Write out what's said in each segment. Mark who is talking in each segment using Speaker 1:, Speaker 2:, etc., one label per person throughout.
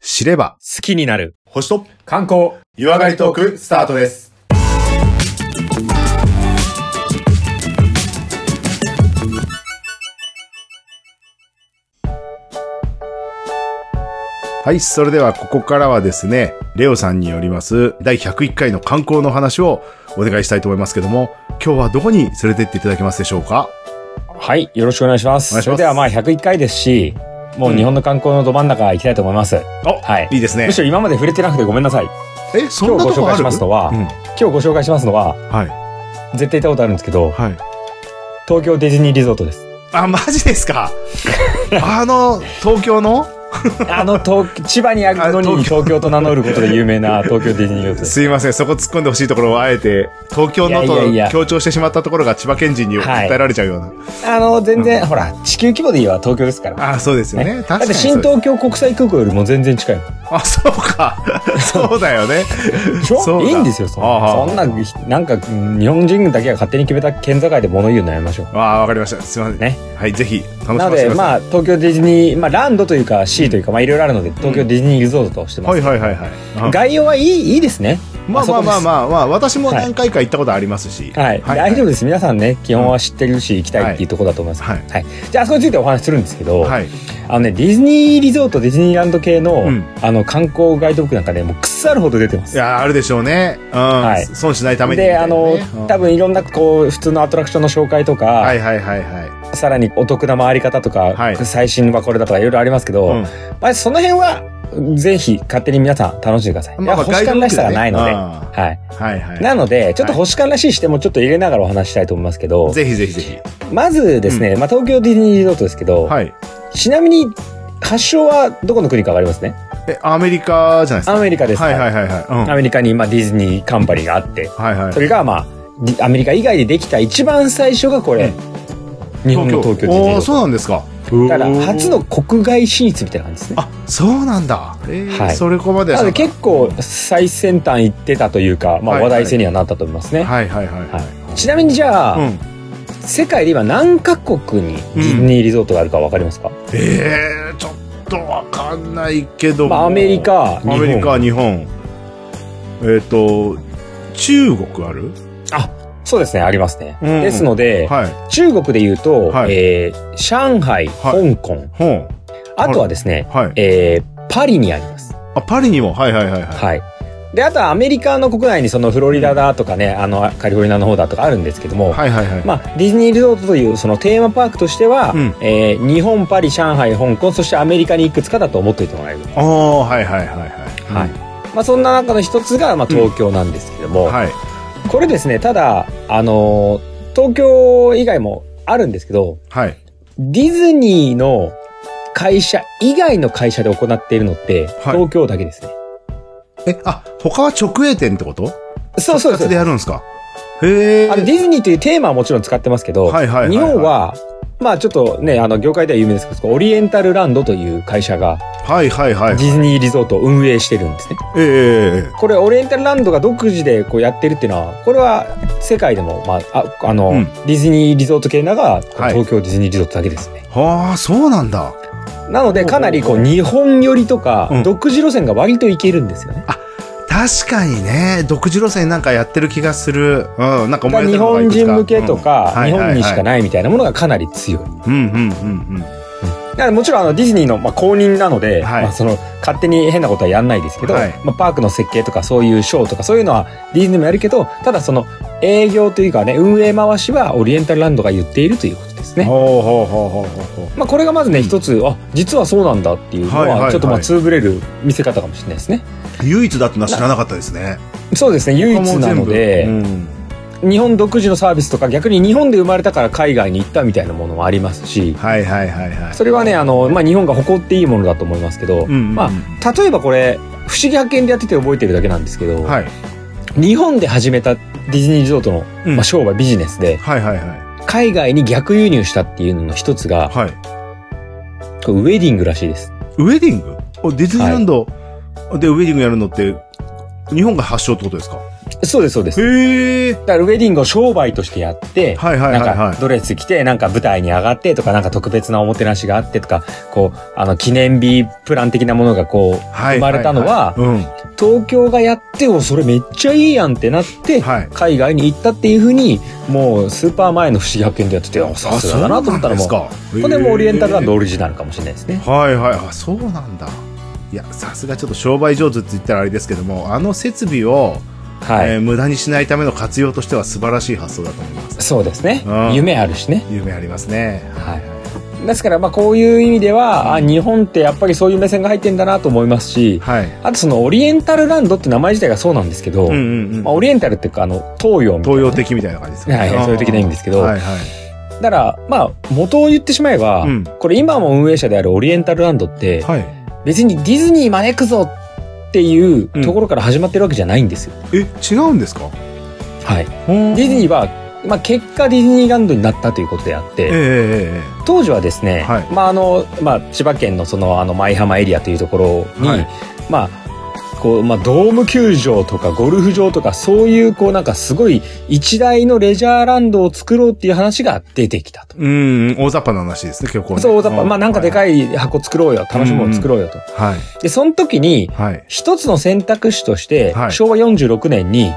Speaker 1: 知れば、
Speaker 2: 好きになる。
Speaker 3: 星と
Speaker 1: 観光、
Speaker 3: 湯上がりトークスタートです。
Speaker 1: はい、それではここからはですね、レオさんによります第101回の観光の話をお願いしたいと思いますけども、今日はどこに連れてっていただけますでしょうか
Speaker 2: はい、よろしくお願いします。
Speaker 1: お願いします
Speaker 2: それではまあ101回ですし、もう日本の観光のど真ん中行きたいと思います。
Speaker 1: お、
Speaker 2: はい
Speaker 1: いいですね
Speaker 2: むし。ろ今まで触れてなくてごめんなさい。
Speaker 1: え、そ
Speaker 2: 今
Speaker 1: ん
Speaker 2: 日
Speaker 1: な
Speaker 2: ご
Speaker 1: と
Speaker 2: 紹
Speaker 1: こあ
Speaker 2: 介
Speaker 1: る
Speaker 2: しますのは、
Speaker 1: うん
Speaker 2: 今日ご紹介しますのは、
Speaker 1: はい、
Speaker 2: 絶対行ったことあるんですけど、
Speaker 1: はい。
Speaker 2: 東京ディズニーリゾー トです。
Speaker 1: あ、マジですかあの、東京の
Speaker 2: あの東、千葉にあるのに
Speaker 1: あ東
Speaker 2: 東京と名乗ることで有 名な東京ディズニーリゾートです。
Speaker 1: すいません、そこ突っ込んでほしいところをあえて、東京の
Speaker 2: いやいやいや
Speaker 1: と強調してしまったところが千葉県人に訴えられちゃうような。
Speaker 2: あの、全然、ほら、地球規模で言えば東京ですから。
Speaker 1: あ、そうですよね。
Speaker 2: だ
Speaker 1: 確
Speaker 2: っ
Speaker 1: かに
Speaker 2: て
Speaker 1: そ
Speaker 2: 新
Speaker 1: うです。
Speaker 2: 東京国際空港よりも全然近いもん。
Speaker 1: あ、そうか。 そうだよね。
Speaker 2: ちょ
Speaker 1: そうだ
Speaker 2: いいんですよ、そん
Speaker 1: あ
Speaker 2: な。
Speaker 1: は
Speaker 2: そんな、なんか、日本人だけが勝手に決めた県境で物言うのやめましょう。
Speaker 1: あーわかりました。すいません。
Speaker 2: ね
Speaker 1: はい、ぜひ、楽し
Speaker 2: な
Speaker 1: ま
Speaker 2: の
Speaker 1: せ
Speaker 2: で、
Speaker 1: てくださ
Speaker 2: まあ、東京ディズニー、まあ、ランドというか、シーというか、まあ、いろいろあるので、東京ディズニーリゾートとして
Speaker 1: い。
Speaker 2: ま
Speaker 1: は
Speaker 2: す
Speaker 1: い。はいはいはい。うん
Speaker 2: 概要はいい、いいですね。
Speaker 1: まあまあまあ
Speaker 2: あ
Speaker 1: まあ、まあ、私も何回か行ったことありますし。
Speaker 2: そこです。はい。大丈夫です。皆さんね、基本は知ってるし、行きたいっていうところだと思います。
Speaker 1: はい
Speaker 2: はい。じゃあ、あそこについてお話しするんですけど、
Speaker 1: はい。
Speaker 2: あのね、ディズニーリゾート、ディズニーランド系の
Speaker 1: うん、
Speaker 2: あの、観光ガイドブックなんかね、もう、くっさるほど出てます
Speaker 1: い。やー、あるでしょうね。うん。
Speaker 2: い
Speaker 1: 損しないためにみ
Speaker 2: で、
Speaker 1: た
Speaker 2: あ
Speaker 1: いなね。
Speaker 2: の
Speaker 1: うん、
Speaker 2: 多分いろんな、こう、普通のアトラクションの紹介とか、
Speaker 1: はいはいはいは
Speaker 2: さらにお得な回り方とか、
Speaker 1: はい
Speaker 2: 最新はこれだとかいろいろありますけど、
Speaker 1: い。
Speaker 2: まあ、その辺は、ぜひ勝手に皆さん楽しんでください。
Speaker 1: うん。
Speaker 2: いや星間らしさがないので。
Speaker 1: は
Speaker 2: はい。
Speaker 1: いはい。
Speaker 2: なので、ちょっと
Speaker 1: はい
Speaker 2: 星間らしい視点もちょっと入れながらお話ししたいと思いますけど、
Speaker 1: ぜひぜひぜひ。
Speaker 2: まずですね、まあ、東京ディズニーリゾートですけど、
Speaker 1: はい。
Speaker 2: ちなみに、発祥はどこの国かわかりますね。
Speaker 1: え、アメリカじゃないですか。
Speaker 2: アメリカです。
Speaker 1: はいはいはいはい。うん。
Speaker 2: アメリカに、まあ、ディズニーカンパニーがあって、
Speaker 1: はいはい
Speaker 2: そ。れが、まあ、ディアメリカ以外でできた一番最初がこれ、日本の東京ディズニー
Speaker 1: お
Speaker 2: リ
Speaker 1: ー
Speaker 2: ゾ
Speaker 1: そう
Speaker 2: ー
Speaker 1: なんですか。
Speaker 2: ト。だから、初の国外進出みたいな感じですね。
Speaker 1: あ、そうなんだ。えー
Speaker 2: はい
Speaker 1: それこまでは
Speaker 2: な
Speaker 1: 知
Speaker 2: の
Speaker 1: らなか
Speaker 2: で
Speaker 1: っ
Speaker 2: 結構最先端行ってたというか、ま
Speaker 1: は
Speaker 2: あ、
Speaker 1: いは
Speaker 2: 話
Speaker 1: い
Speaker 2: 題性にはなったと思いますね。
Speaker 1: たはいはいはいは
Speaker 2: ちなみにじゃあ、
Speaker 1: い。うん。
Speaker 2: 世界で今何カ国にディズニーリゾートがあるか分かりますか、
Speaker 1: えー、ちょっとわかんないけども
Speaker 2: まあ、アメリ
Speaker 1: ア
Speaker 2: カ日本
Speaker 1: メリカ日本えっ、と中国ある
Speaker 2: そうですねありますね。
Speaker 1: うん
Speaker 2: ですので、
Speaker 1: はい
Speaker 2: 中国で言うと、
Speaker 1: はい
Speaker 2: えー上海、
Speaker 1: はい
Speaker 2: 香港
Speaker 1: ほん
Speaker 2: あとはですね、
Speaker 1: はい
Speaker 2: えーパリにあります。
Speaker 1: あパリにもはいはいはいはい
Speaker 2: はいであとはアメリカの国内にそのフロリダだとかね、あのカリフォルニアの方だとかあるんですけども、
Speaker 1: はいはいはい、
Speaker 2: まあ、ディズニーリゾートというそのテーマパークとしては、
Speaker 1: うん
Speaker 2: えー日本パリ上海香港そしてアメリカにいくつかだと思っておいてもらえる、
Speaker 1: ああはいはいはいはい
Speaker 2: はいまあ、そんな中の一つが、まあ、東京なんですけども、
Speaker 1: はい
Speaker 2: これですねただ、あのー東京以外もあるんですけど
Speaker 1: はい
Speaker 2: ディズニーの会社以外の会社で行っているのって
Speaker 1: はい
Speaker 2: 東京だけですね、
Speaker 1: えあ他は直営店ってこと
Speaker 2: そうそう
Speaker 1: そ
Speaker 2: そう
Speaker 1: れでやるんですかへえ
Speaker 2: あのディズニーというテーマはもちろん使ってますけど、
Speaker 1: はいはいはいはい
Speaker 2: 日本はまあちょっとねあの業界では有名ですけどオリエンタルランドという会社が
Speaker 1: はいはいはい
Speaker 2: ディズニーリゾートを運営してるんですね。
Speaker 1: ええ
Speaker 2: これ、オリエンタルランドが独自でこうやってるっていうのは、これは世界でも、まあ、ああの、
Speaker 1: うん
Speaker 2: ディズニーリゾート系なが、
Speaker 1: はい
Speaker 2: 東京ディズニーリゾートだけですね。
Speaker 1: はあそうなんだ
Speaker 2: なので、かなりこう、日本寄りとか、
Speaker 1: うん
Speaker 2: 独自路線が割といけるんですよね。
Speaker 1: 確かにね独自路線なんかやってる気がするうんなんか思い当たる
Speaker 2: だから日
Speaker 1: のがい
Speaker 2: 本
Speaker 1: くつ
Speaker 2: 人
Speaker 1: か
Speaker 2: 向けとか、
Speaker 1: うんはい
Speaker 2: 日
Speaker 1: はいはい
Speaker 2: 本にしかないみたいなものがかなり強い。
Speaker 1: うんうんうんうん
Speaker 2: だからもちろんあのディズニーのまあ公認なので、
Speaker 1: はい
Speaker 2: まあその勝手に変なことはやんないですけど、
Speaker 1: はい
Speaker 2: まあパークの設計とかそういうショーとかそういうのはディズニーもやるけど、ただその営業というかね、運営回しはオリエンタルランドが言っているということですね。
Speaker 1: ほうほうほうほうほうほう
Speaker 2: まあこれがまずね、一つ、あ、実はそうなんだっていうの
Speaker 1: はいはいは
Speaker 2: は、
Speaker 1: い
Speaker 2: ちょっとまあつぶれる見せ方かもしれないですね。
Speaker 1: 唯一だってのは知らなかったですね。
Speaker 2: そうですね、唯一なので、
Speaker 1: 他も全部うん
Speaker 2: 日本独自のサービスとか逆に日本で生まれたから海外に行ったみたいなものもありますし、
Speaker 1: はいはいはいはい。
Speaker 2: それはね、あの、まあ日本が誇っていいものだと思いますけ
Speaker 1: う
Speaker 2: ど、
Speaker 1: んうんうん
Speaker 2: まあ例えばこれ「不思議発見」でやってて覚えてるだけなんですけど、
Speaker 1: はい。
Speaker 2: 日本で始めたディズニーリゾートの、
Speaker 1: うん
Speaker 2: まあ、商売ビジネスで
Speaker 1: はいはいはい。
Speaker 2: 海外に逆輸入したっていうのの一つが
Speaker 1: はい。
Speaker 2: これウェディングらしいです
Speaker 1: ウェディングおディズニーランドでウェディングやるのって、日本が発祥ってことですか
Speaker 2: そうです、そうです。
Speaker 1: へえ。
Speaker 2: だからウェディングを商売としてやって、
Speaker 1: はいはいはいはい
Speaker 2: なんかドレス着て、なんか舞台に上がってとか、なんか特別なおもてなしがあってとか、こう、あの、記念日プラン的なものがこう、
Speaker 1: はい
Speaker 2: 生まれたのは、
Speaker 1: いうん。
Speaker 2: 東京がやって、お、それめっちゃいいやんってなって、
Speaker 1: はい
Speaker 2: 海外に行ったっていうふうに、もうスーパー前の不思議発見でやってて、あさすがだなと思ったらもう、こ
Speaker 1: こ
Speaker 2: れもオリエンタルランドオ
Speaker 1: リ
Speaker 2: リジナルかもしれないですね。
Speaker 1: はいはいあそうなんだいやさすがちょっと商売上手って言ったらあれですけどもあの設備を、
Speaker 2: はい。
Speaker 1: えー無駄にしないための活用としては素晴らしい発想だと思います
Speaker 2: そうですね
Speaker 1: う。ん
Speaker 2: 夢あるしね。
Speaker 1: 夢ありますね
Speaker 2: はいですから、まあこういう意味では、あ、日本ってやっぱりそういう目線が入ってんだなと思いますし、
Speaker 1: はい、
Speaker 2: あとそのオリエンタルランドって名前自体がそうなんですけど、
Speaker 1: うんうんうん
Speaker 2: まあ、オリエンタルっていうかあの東洋みたいな
Speaker 1: 東洋的みたいな感じです
Speaker 2: はいはいそういう的な意味ですけど
Speaker 1: はいはい
Speaker 2: だからまあ元を言ってしまえば、
Speaker 1: うん
Speaker 2: これ今も運営者であるオリエンタルランドって
Speaker 1: はい
Speaker 2: 別にディズニー招くぞっていうところから始まってるわけじゃないんですよ。
Speaker 1: え違うんですか
Speaker 2: はい、
Speaker 1: デ
Speaker 2: ディズニーは、まあ、結果ディズニーランドになったということであっ
Speaker 1: え
Speaker 2: て、
Speaker 1: ええ
Speaker 2: 当時はですね、
Speaker 1: はい
Speaker 2: まああのまあ、千葉県のそのあの舞浜エリアというところに、
Speaker 1: はい
Speaker 2: まあこうまあ、ドーム球場とかゴルフ場とかそういうこうなんかすごい一大のレジャーランドを作ろうっていう話が出てきたと。
Speaker 1: えええうん大雑把な話ですね結構ね
Speaker 2: そう大雑把、まあなんかで
Speaker 1: い
Speaker 2: かい箱作ろうよ楽しもう作ろうよと。
Speaker 1: はい
Speaker 2: でその時に
Speaker 1: はい
Speaker 2: 一つの選択肢として、
Speaker 1: はい
Speaker 2: 昭和46年に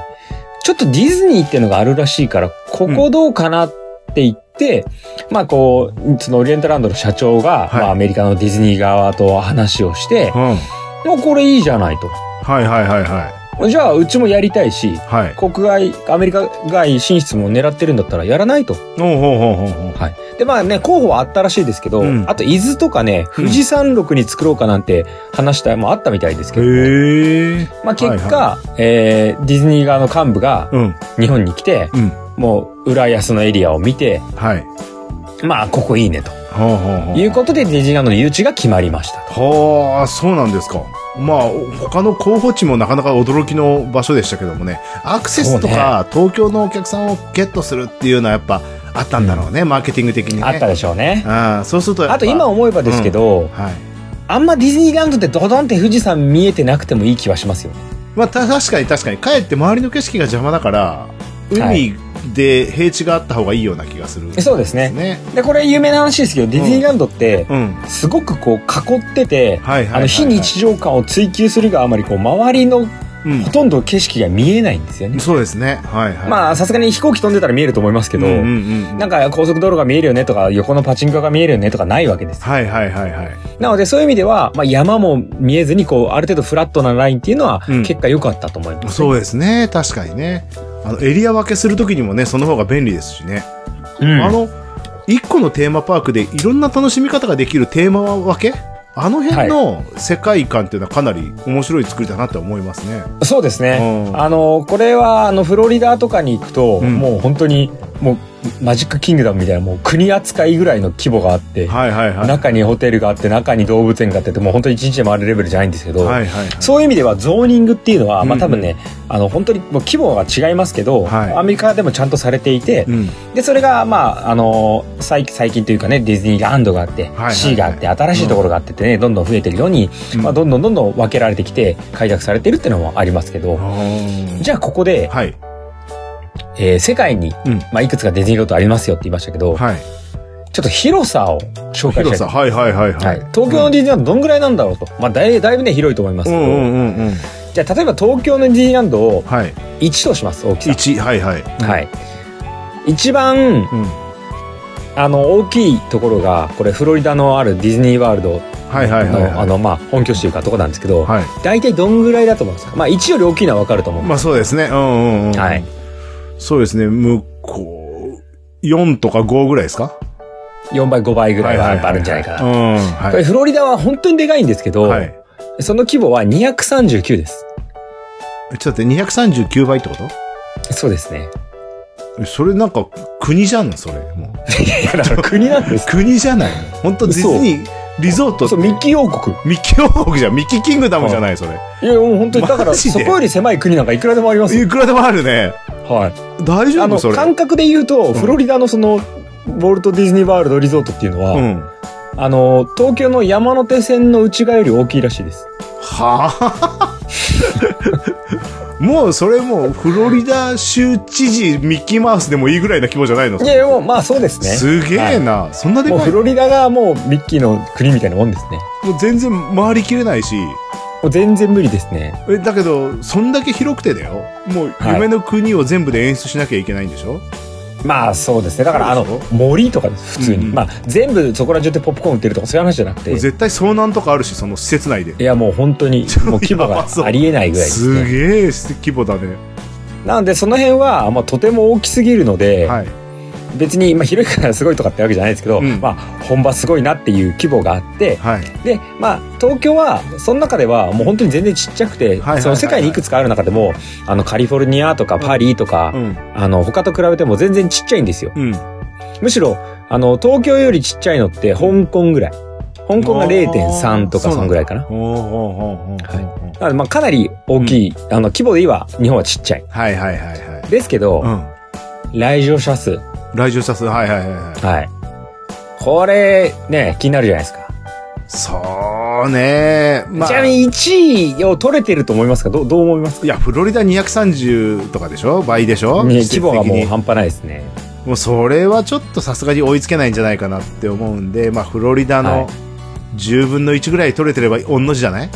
Speaker 2: ちょっとディズニーっていうのがあるらしいからここどうかなって言って、まあこうそのオリエンタルランドの社長が、
Speaker 1: はい
Speaker 2: まあ、アメリカのディズニー側と話をして、
Speaker 1: うん
Speaker 2: もうこれいいじゃないと。
Speaker 1: はいはいはいはい
Speaker 2: じゃあうちもやりたいし、
Speaker 1: はい
Speaker 2: 国外、アメリカ外進出も狙ってるんだったらやらないと。
Speaker 1: おうほうほうほうほう
Speaker 2: はい。で、まあね、候補はあったらしいですけど、
Speaker 1: うん
Speaker 2: あと伊豆とかね、富士山麓に作ろうかなんて話したもあったみたいですけど、
Speaker 1: へえ
Speaker 2: まあ結果、
Speaker 1: は
Speaker 2: えーディズニー側の幹部が
Speaker 1: うん
Speaker 2: 日本に来て、
Speaker 1: うん
Speaker 2: もう浦安のエリアを見て、
Speaker 1: はい
Speaker 2: まあここいいねと
Speaker 1: ほうほうほう
Speaker 2: いうことでディズニーランドの誘致が決まりましたと。
Speaker 1: はあそうなんですかまあお他の候補地もなかなか驚きの場所でしたけどもねアクセスとか、東京のお客さんをゲットするっていうのはやっぱあったんだろうね、マーケティング的にね
Speaker 2: あったでしょうね。
Speaker 1: あそうするとやっぱ
Speaker 2: あと今思えばですけど、
Speaker 1: はい
Speaker 2: あんまディズニーランドってドドンって富士山見えてなくてもいい気はしますよね。
Speaker 1: まあた確かに確かに帰って周りの景色が邪魔だから
Speaker 2: はい
Speaker 1: 海で平地があった方がいいような気がする、
Speaker 2: そうですね
Speaker 1: ね
Speaker 2: で、これ有名な話ですけど、ディズニーランドって、
Speaker 1: うんはい
Speaker 2: すごくこう囲ってて、
Speaker 1: はいはい、はい、
Speaker 2: あの非日常感を追求するがあまりこう周りのほとんど景色が見えないんですよ
Speaker 1: う
Speaker 2: ね
Speaker 1: ん、。そうですねはいはいあ
Speaker 2: まあさすがに飛行機飛んでたら見えると思いますけ
Speaker 1: け
Speaker 2: ど、
Speaker 1: うんうんうん、
Speaker 2: なん
Speaker 1: か
Speaker 2: か高速道路が見えるよねとか横のパチンコが見えるよねとかないわけです。
Speaker 1: はいはいはいはい
Speaker 2: なのでそういう意味では、まあ、山も見えずにこうある程度フラットなラインっていうのは
Speaker 1: うん
Speaker 2: 結果良かったと思います、
Speaker 1: そうですね確かにねあのエリア分けするときにもねその方が便利ですしね、
Speaker 2: うん
Speaker 1: あの1個のテーマパークでいろんな楽しみ方ができるテーマ分けあの辺の世界観っていうのはかなり面白い作りだなって思いますね、
Speaker 2: そうですね。
Speaker 1: うん
Speaker 2: あの、これは、あの、フロリダとかに行くと、
Speaker 1: うん
Speaker 2: もう本当に、もう、マジックキングダムみたいな、もう国扱いぐらいの規模があって、
Speaker 1: はいはいはい
Speaker 2: 中にホテルがあって、中に動物園があってって、もう本当に一日で回るレベルじゃないんですけど、
Speaker 1: はいはいはい
Speaker 2: そういう意味では、ゾーニングっていうのは、ま
Speaker 1: うん
Speaker 2: あ
Speaker 1: う
Speaker 2: 多
Speaker 1: ん
Speaker 2: 分ね、あの、本当にもう規模は違いますけど、
Speaker 1: はい
Speaker 2: アメリカでもちゃんとされていて、
Speaker 1: うん
Speaker 2: で、それが、まあ、あの、最最近というかね、ディズニーランドがあって、
Speaker 1: はいはい
Speaker 2: C があって、新しいところがあってってね、どんどん増えてるように、
Speaker 1: うん
Speaker 2: まあ、どんどんどんどん分けられてきて、開拓されてるっていうのもありますけど、じ
Speaker 1: ゃ
Speaker 2: ゃあここで、
Speaker 1: はい
Speaker 2: えー世界に、
Speaker 1: うん
Speaker 2: まあ、いくつかディズニーロードありますよって言いましたけど、
Speaker 1: はい
Speaker 2: ちょっと広さを紹介
Speaker 1: 広
Speaker 2: し
Speaker 1: さ
Speaker 2: たい。
Speaker 1: はいはいはいは
Speaker 2: はい
Speaker 1: い、
Speaker 2: 東京のディズニーランドどんぐらいなんだろうと。まあ、だいだいぶね、広いと思います
Speaker 1: う
Speaker 2: け
Speaker 1: ん
Speaker 2: ど。
Speaker 1: うんうんうん
Speaker 2: じゃあ、例えば東京のディズニーランドを
Speaker 1: はい
Speaker 2: 1とします、大きさ。
Speaker 1: 1はいはい
Speaker 2: はい。一番、
Speaker 1: うん
Speaker 2: あの、大きいところが、これ、フロリダのあるディズニーワールドの、
Speaker 1: はいはいはい
Speaker 2: あ
Speaker 1: は
Speaker 2: の、まあ、本拠地というか、とこなんですけど、
Speaker 1: いはい
Speaker 2: 大体どんぐらいだと思いますかまあ、1より大きいのはわかると思うんで
Speaker 1: まあそうですね。うんうんうん。
Speaker 2: はい。
Speaker 1: そうですね。向こう、4とか5ぐらいですか
Speaker 2: す。4倍、5倍ぐらいはやっぱあるんじゃないかな。
Speaker 1: うん。
Speaker 2: こ
Speaker 1: は
Speaker 2: れ、
Speaker 1: い。
Speaker 2: フロリダは本当にでかいんですけど、
Speaker 1: はい。
Speaker 2: その規模は239です。
Speaker 1: えちょっと待って、239倍ってこと
Speaker 2: そうですね。
Speaker 1: えそれなんか国じゃん、それ。もう
Speaker 2: だから国なんです。
Speaker 1: 国じゃないの。本当ディズニーリゾート
Speaker 2: そう、ミッキー王国。
Speaker 1: ミッキー王国じゃん。ミッキーキングダムじゃない、それ。
Speaker 2: いや、もう本当に、だから、
Speaker 1: マジで
Speaker 2: そこより狭い国なんかいくらでもありますよ。
Speaker 1: いくらでもあるね。
Speaker 2: はい。
Speaker 1: 大丈
Speaker 2: あ
Speaker 1: 夫
Speaker 2: の、
Speaker 1: それ。
Speaker 2: 感覚で言うと、フロリダのその、ウォルト・ディズニー・ワールド・リゾートっていうのは、
Speaker 1: うん。は
Speaker 2: あの、東京の山手線の内側より大きいらしいです。
Speaker 1: あ。 もうそれもうフロリダ州知事ミッキーマウスでもいいぐらいな規模じゃないの
Speaker 2: いや、もう、まあそうですね。
Speaker 1: すげえな、そんなで
Speaker 2: もう
Speaker 1: か
Speaker 2: フ
Speaker 1: いも
Speaker 2: ロリダがもうミッキーの国みたいなもんですね。
Speaker 1: う全然回りきれないし
Speaker 2: もう全然無理ですね。
Speaker 1: えだけどそんだけ広くてだよもう
Speaker 2: はい
Speaker 1: 夢の国を全部で演出しなきゃいけないんでしょ、
Speaker 2: まあそうですね。だからあの
Speaker 1: そうで、
Speaker 2: 森とかです、普通に。
Speaker 1: うんうん
Speaker 2: まあ全部そこら中でポップコーン売ってるとかそういう話じゃなくて。
Speaker 1: もう絶対遭難とかあるしその施設内で
Speaker 2: いやもう本当に、もう規模
Speaker 1: や
Speaker 2: が
Speaker 1: ばそう
Speaker 2: ありえないぐらいです
Speaker 1: す
Speaker 2: ね。
Speaker 1: げえ規模だね
Speaker 2: なのでその辺は、まあとても大きすぎるので、
Speaker 1: はい
Speaker 2: 別に、まあ広いからすごいとかってわけじゃないですけど、
Speaker 1: うん
Speaker 2: まあ本場すごいなっていう規模があって、
Speaker 1: はい
Speaker 2: で、まあ、東京は、その中では、もう本当に全然ちっちゃくて
Speaker 1: はいはいは、い
Speaker 2: その世界にいくつかある中でも、あの、カリフォルニアとかパリとか、
Speaker 1: うん
Speaker 2: あの、他と比べても全然ちっちゃいんですよ。
Speaker 1: うん
Speaker 2: むしろ、あの、東京よりちっちゃいのって、香港ぐらい。香港が0.3とか、
Speaker 1: あー
Speaker 2: そのぐらいかな。
Speaker 1: ほうほうほうほうほうほう
Speaker 2: なのでまあ、かなり大きい、あの、規模で言えば、日本はちっちゃい。
Speaker 1: はいはいはいはい
Speaker 2: ですけど、
Speaker 1: う
Speaker 2: 来場者数。
Speaker 1: ん来場者数はいはいはいはい
Speaker 2: はい。これ、ね、気になるじゃないですか。
Speaker 1: そうねまあ
Speaker 2: ちなみに1位を取れてると思いますかどうどう思いますか
Speaker 1: いやフロリダ230とかでしょ倍でしょ
Speaker 2: ね規模
Speaker 1: 施設
Speaker 2: がもう
Speaker 1: 的に
Speaker 2: 半端ないですね。
Speaker 1: もうそれはちょっとさすがに追いつけないんじゃないかなって思うんでまあフロリダ
Speaker 2: はい
Speaker 1: の10分の1ぐらい取れてれば御の字じゃない、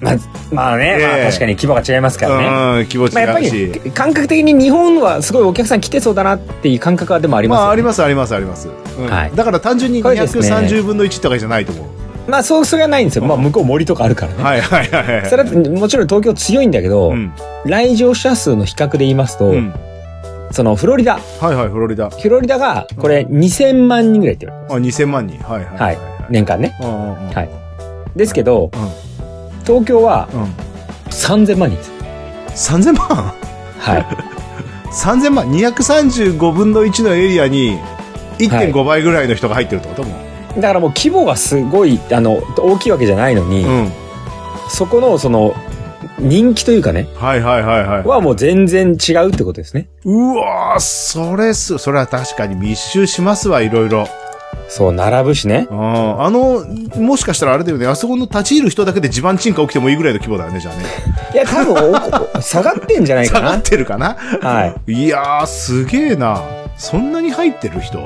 Speaker 2: まあ、まあね、まあ
Speaker 1: ええ
Speaker 2: 確かに規模が違いますからね。
Speaker 1: うん気持ち
Speaker 2: まあ、や
Speaker 1: が
Speaker 2: っぱ
Speaker 1: あるし、
Speaker 2: り感覚的に日本はすごいお客さん来てそうだなっていう感覚はでもあります
Speaker 1: まあ、あ
Speaker 2: よね、
Speaker 1: りますありますあります、うん
Speaker 2: はい
Speaker 1: だから単純に
Speaker 2: これですね
Speaker 1: 230分の1とかじゃないと思う、
Speaker 2: まあ、そうそれはないんですよ、まあ、向こう森とかあるからね、
Speaker 1: はいはいはいはい
Speaker 2: それはもちろん東京強いんだけど、
Speaker 1: うん
Speaker 2: 来場者数の比較で言いますと、
Speaker 1: うん、
Speaker 2: そのフロリダ
Speaker 1: はいはいフロリダあ
Speaker 2: フロリダがこれ2000万人ぐらいって言われて
Speaker 1: 2000万人はいはい
Speaker 2: ます、はい、年間ね
Speaker 1: うんうんうん
Speaker 2: はいですけど
Speaker 1: うん
Speaker 2: 東京は
Speaker 1: うん、
Speaker 2: 3000万人です
Speaker 1: 3000万
Speaker 2: はい
Speaker 1: 3000万235分の1のエリアに1.5倍ぐらいの人が入ってるってことも、
Speaker 2: だからもう規模がすごいあの大きいわけじゃないのに、
Speaker 1: うん
Speaker 2: そこのその人気というかね
Speaker 1: はいはいはいはい
Speaker 2: はもう全然違うってことですね
Speaker 1: うわーそれすそれは確かに密集しますわいろいろ
Speaker 2: そう並ぶしね
Speaker 1: うんあのもしかしたらあれだよねあそこの立ち入る人だけで地盤沈下起きてもいいぐらいの規模だよねじゃあね
Speaker 2: いや、多分、お下がってんじゃな い
Speaker 1: 下
Speaker 2: か
Speaker 1: が
Speaker 2: な
Speaker 1: っ。てるかな
Speaker 2: はい。
Speaker 1: いやーすげえなそんなに入ってる人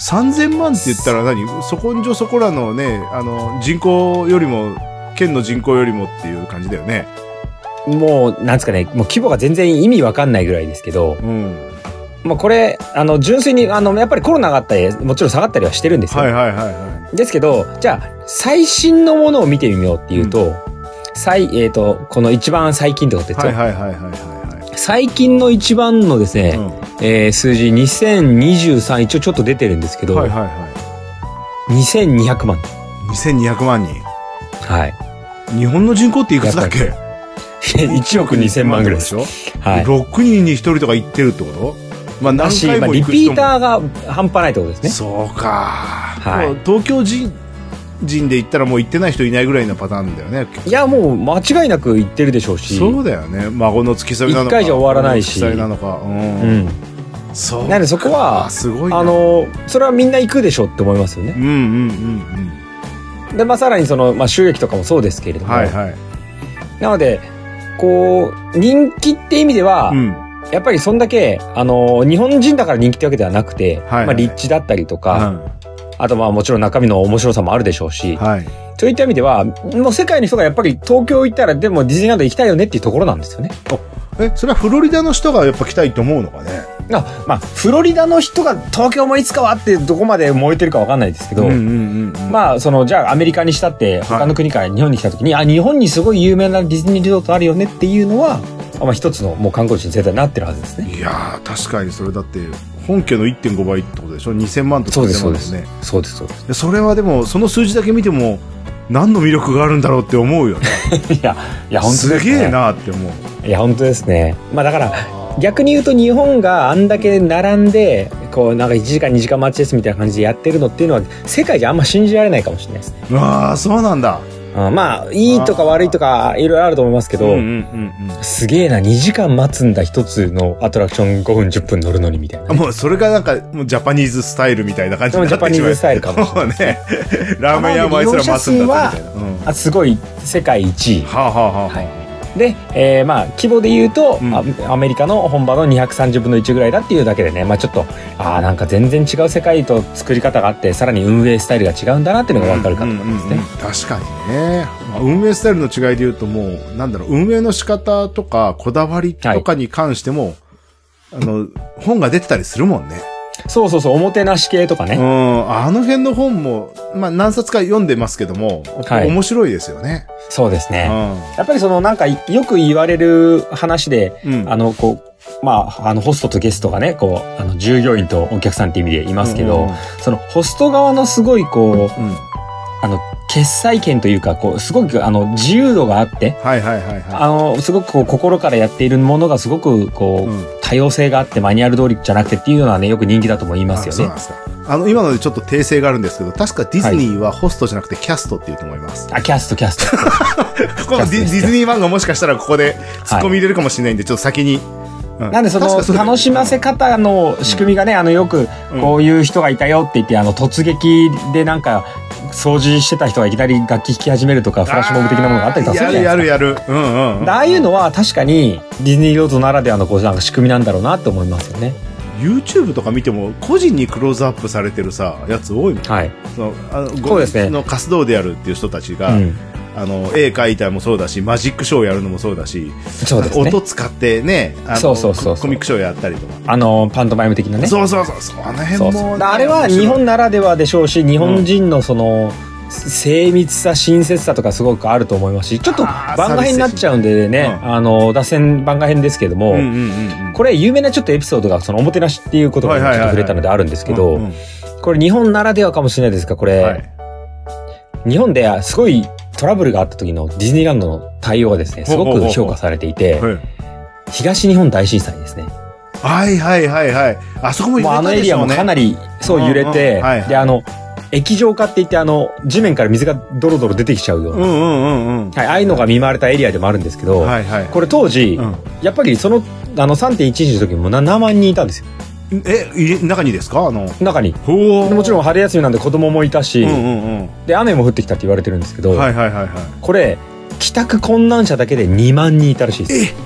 Speaker 1: 3000万って言ったら何そこんじょそこらのねあの人口よりも県の人口よりもっていう感じだよね
Speaker 2: もう、なんですかね、もう規模が全然意味わかんないぐらいですけど、
Speaker 1: うん
Speaker 2: まあこれ、あの、純粋に、あの、やっぱりコロナがあったり、もちろん下がったりはしてるんですよ。
Speaker 1: はいはいはいは
Speaker 2: ですけど、じゃあ、最新のものを見てみようっていうと、最、えっ、と、この一番最近ってことで
Speaker 1: い
Speaker 2: す
Speaker 1: は
Speaker 2: よ
Speaker 1: いはいはいはいは
Speaker 2: 最近の一番のです
Speaker 1: い、う
Speaker 2: ね、
Speaker 1: ん、
Speaker 2: えー数字2023、一応ちょっと出てるんですけど、
Speaker 1: はいはいは
Speaker 2: 2200万。
Speaker 1: い2200万人
Speaker 2: はい。
Speaker 1: 日本の人口っていくつだっけ
Speaker 2: 1億2000万ぐらいで
Speaker 1: ですし
Speaker 2: よ。
Speaker 1: ょ、
Speaker 2: はい。
Speaker 1: 6人に1人とか行ってるってことまあ
Speaker 2: だ
Speaker 1: 何
Speaker 2: し、
Speaker 1: 回
Speaker 2: まあ、
Speaker 1: も
Speaker 2: リ
Speaker 1: 行く
Speaker 2: ピ
Speaker 1: 人も
Speaker 2: ーターが半端ないってことですね。
Speaker 1: そうか、
Speaker 2: い
Speaker 1: もう東京人人で行ったらもう行ってない人いないぐらいのパターンだよね
Speaker 2: いや、もう間違いなく言ってるでしょうし。
Speaker 1: そうだよね孫の付き添いなのか
Speaker 2: 一回じゃ終わらないし
Speaker 1: 孫の付き添いなのかうん、
Speaker 2: うん。
Speaker 1: そう
Speaker 2: なのでそこは
Speaker 1: あすごいな
Speaker 2: あの、それはみんな行くでしょうって思いますよ
Speaker 1: う
Speaker 2: ね。
Speaker 1: んうんうん
Speaker 2: で、まあ、さらにその、まあ、収益とかもそうですけれ
Speaker 1: う
Speaker 2: ど
Speaker 1: ん
Speaker 2: も。
Speaker 1: はいはい
Speaker 2: なので、こう、人気って意味では、
Speaker 1: うん
Speaker 2: やっぱりそんだけ、あの、日本人だから人気ってわけではなくて、
Speaker 1: はいはい
Speaker 2: まあ、立地だったりとか、
Speaker 1: う
Speaker 2: あとまあ、もちろん中身の面白さもあるでしょうし、
Speaker 1: んはい
Speaker 2: といった意味では、もう世界の人がやっぱり東京行ったら、でもディズニーランド行きたいよねっていうところなんですよね。
Speaker 1: えそれはフロリダの人がやっぱ来たいと思うのかね
Speaker 2: あまあ、フロリダの人が東京もいつかはってどこまで燃えてるかわかんないですけど、
Speaker 1: んうんあ
Speaker 2: まあ、その、じゃあアメリカにしたって、他の国から日本に来た時に、あ、日本にすごい有名なディズニーリゾートあるよねっていうのは、まあ一つのもう観光地に絶対なってるはずですね。
Speaker 1: いやー確かにそれだって本家の1.5倍ってことでしょ2000万とか
Speaker 2: そうです、そうで
Speaker 1: ね
Speaker 2: す。そうです、そうです。
Speaker 1: でそれはでもその数字だけ見ても何の魅力があるんだろうって思うよね
Speaker 2: いや、いや、本当です、
Speaker 1: す
Speaker 2: ね。
Speaker 1: げえ。なって思う
Speaker 2: いや、本当ですね。まあだから、逆に言うと日本があんだけ並んで、こう、なんか1時間2時間待ちですみたいな感じでやってるのっていうのは、世界じゃあんま信じられないかもしれないですね。
Speaker 1: ああそうなんだ
Speaker 2: あまあ、いいとか悪いとか、いろいろあると思いますけど、
Speaker 1: んうん
Speaker 2: すげえな、2時間待つんだ、一つのアトラクション5分、10分乗るのにみたいな。
Speaker 1: うんもうそれがなんかもうジャパニーズスタイルみたいな感じ
Speaker 2: で
Speaker 1: に
Speaker 2: も
Speaker 1: なって
Speaker 2: ジャパニーズスタイルかもし
Speaker 1: も
Speaker 2: れ
Speaker 1: う
Speaker 2: ない。
Speaker 1: ねラーメン屋もあいつら待つんだったみたいな、うんは
Speaker 2: あすごい、世界一位。
Speaker 1: あはあはあ、
Speaker 2: はい。で、えーまあ規模で言うと、
Speaker 1: うん
Speaker 2: あアメリカの本場の230分の1ぐらいだっていうだけでね、まあ、ちょっとあーなんか全然違う世界と作り方があってさらに運営スタイルが違うんだなっていうのが分かるかと思いますね。
Speaker 1: うんうんうん確かにね、まあ運営スタイルの違いで言うともうなんだろう運営の仕方とかこだわりとかに関しても、あの本が出てたりするもんね
Speaker 2: そうそうそうおもてなし系とかね、
Speaker 1: うんあの辺の本も、まあ、何冊か読んでますけども、
Speaker 2: はい
Speaker 1: 面白いですよね、
Speaker 2: そうですね。
Speaker 1: う
Speaker 2: やっぱりそのなんかよく言われる話で、
Speaker 1: んうん
Speaker 2: あのこうまああのホストとゲストがねこうあの従業員とお客さんって意味でいますけど、
Speaker 1: うんうん
Speaker 2: そのホスト側のすごいこう
Speaker 1: うん
Speaker 2: あの決済権というかこうすごくあの自由度があって。
Speaker 1: はいはいはいは
Speaker 2: あのすごくこう心からやっているものがすごく
Speaker 1: い。
Speaker 2: こう、
Speaker 1: うん
Speaker 2: 多様性があってマニュアル通りじゃなくてっていうのはねよく人気だとも言います
Speaker 1: あ
Speaker 2: よ
Speaker 1: そうな
Speaker 2: ね
Speaker 1: ん。ですか。あの、今のでちょっと訂正があるんですけど、確かディズニーはホストじゃなくてキャストって言うと思います。
Speaker 2: あキャストキャス ト
Speaker 1: このディディズニー漫画もしかしたらここで突っ込み入れるかもしれないんで、ちょっと先に。う
Speaker 2: なんでそ
Speaker 1: 確
Speaker 2: の
Speaker 1: かれ
Speaker 2: 楽しませ方の仕組みがね、あのよく
Speaker 1: うん
Speaker 2: こういう人がいたよって言ってあの突撃でなんか掃除してた人がいきなり楽器弾き始めるとかフラッシュモブ的なものがあったりとかするじゃないですか。
Speaker 1: やるやるやる。うんうん、うん。
Speaker 2: ああいうのは確かにディズニーロードならではのこうなんか仕組みなんだろうなって思いますよね。
Speaker 1: YouTube とか見ても、個人にクローズアップされてるさ、やつ多いもん。
Speaker 2: はい。
Speaker 1: そのあの
Speaker 2: そうですね
Speaker 1: の活動でやるっていう人たち
Speaker 2: う
Speaker 1: が、
Speaker 2: ん。
Speaker 1: あの、絵描いたりもそうだし、マジックショーやるのもそうだし、
Speaker 2: そうですね。
Speaker 1: 音使ってね、あの
Speaker 2: そうそうそうそう
Speaker 1: コミックショーやったりとか。
Speaker 2: あのパントマイム的なね。
Speaker 1: そうそうそうそう、あの辺
Speaker 2: そ
Speaker 1: も、
Speaker 2: う
Speaker 1: ね
Speaker 2: そうだからあれは日本ならではでしょうし日本人のその、精密さ親切さとかすごくあると思いますしちょっと
Speaker 1: あー
Speaker 2: 番外編になっちゃうんでね
Speaker 1: サービス精神
Speaker 2: あの打線番外編ですけれども、
Speaker 1: うんうんうんうん
Speaker 2: これ有名なちょっとエピソードがそのおもてなしっていうことが
Speaker 1: はいはい
Speaker 2: ちょ
Speaker 1: はい
Speaker 2: っと
Speaker 1: はい
Speaker 2: 触れたのであるんですけ
Speaker 1: うんう
Speaker 2: ど
Speaker 1: ん
Speaker 2: これ日本ならではかもしれないですがこれ、
Speaker 1: はい
Speaker 2: 日本ですごいトラブルがあった時のディズニーランドの対応がですねすごく評価されていて
Speaker 1: はい
Speaker 2: 東日本大震災ですね
Speaker 1: はいはいはいはい。あそこも
Speaker 2: もうあ
Speaker 1: 入
Speaker 2: の
Speaker 1: れた
Speaker 2: エ
Speaker 1: でし
Speaker 2: リア
Speaker 1: ょう
Speaker 2: も
Speaker 1: ね。
Speaker 2: かなりそう揺れ
Speaker 1: うんう
Speaker 2: て
Speaker 1: んはいはい
Speaker 2: であの液状化って言ってあの地面から水がドロドロ出てきちゃうよう
Speaker 1: う
Speaker 2: な、
Speaker 1: んうんうんうん。
Speaker 2: はい、ああいうのが見舞われたエリアでもあるんですけど、
Speaker 1: はいはい。
Speaker 2: これ当時、
Speaker 1: うん
Speaker 2: やっぱりそのあの3.11の時も7万人いたんですよ
Speaker 1: え、入れ中にですかあの。
Speaker 2: 中に。
Speaker 1: ほ
Speaker 2: でもちろん春休みなんで子供もいたし、
Speaker 1: うんうんうん。
Speaker 2: で雨も降ってきたって言われてるんですけど、
Speaker 1: はいはいはいは
Speaker 2: これ帰宅困難者だけで2万人いたらしいで
Speaker 1: い。
Speaker 2: す。
Speaker 1: え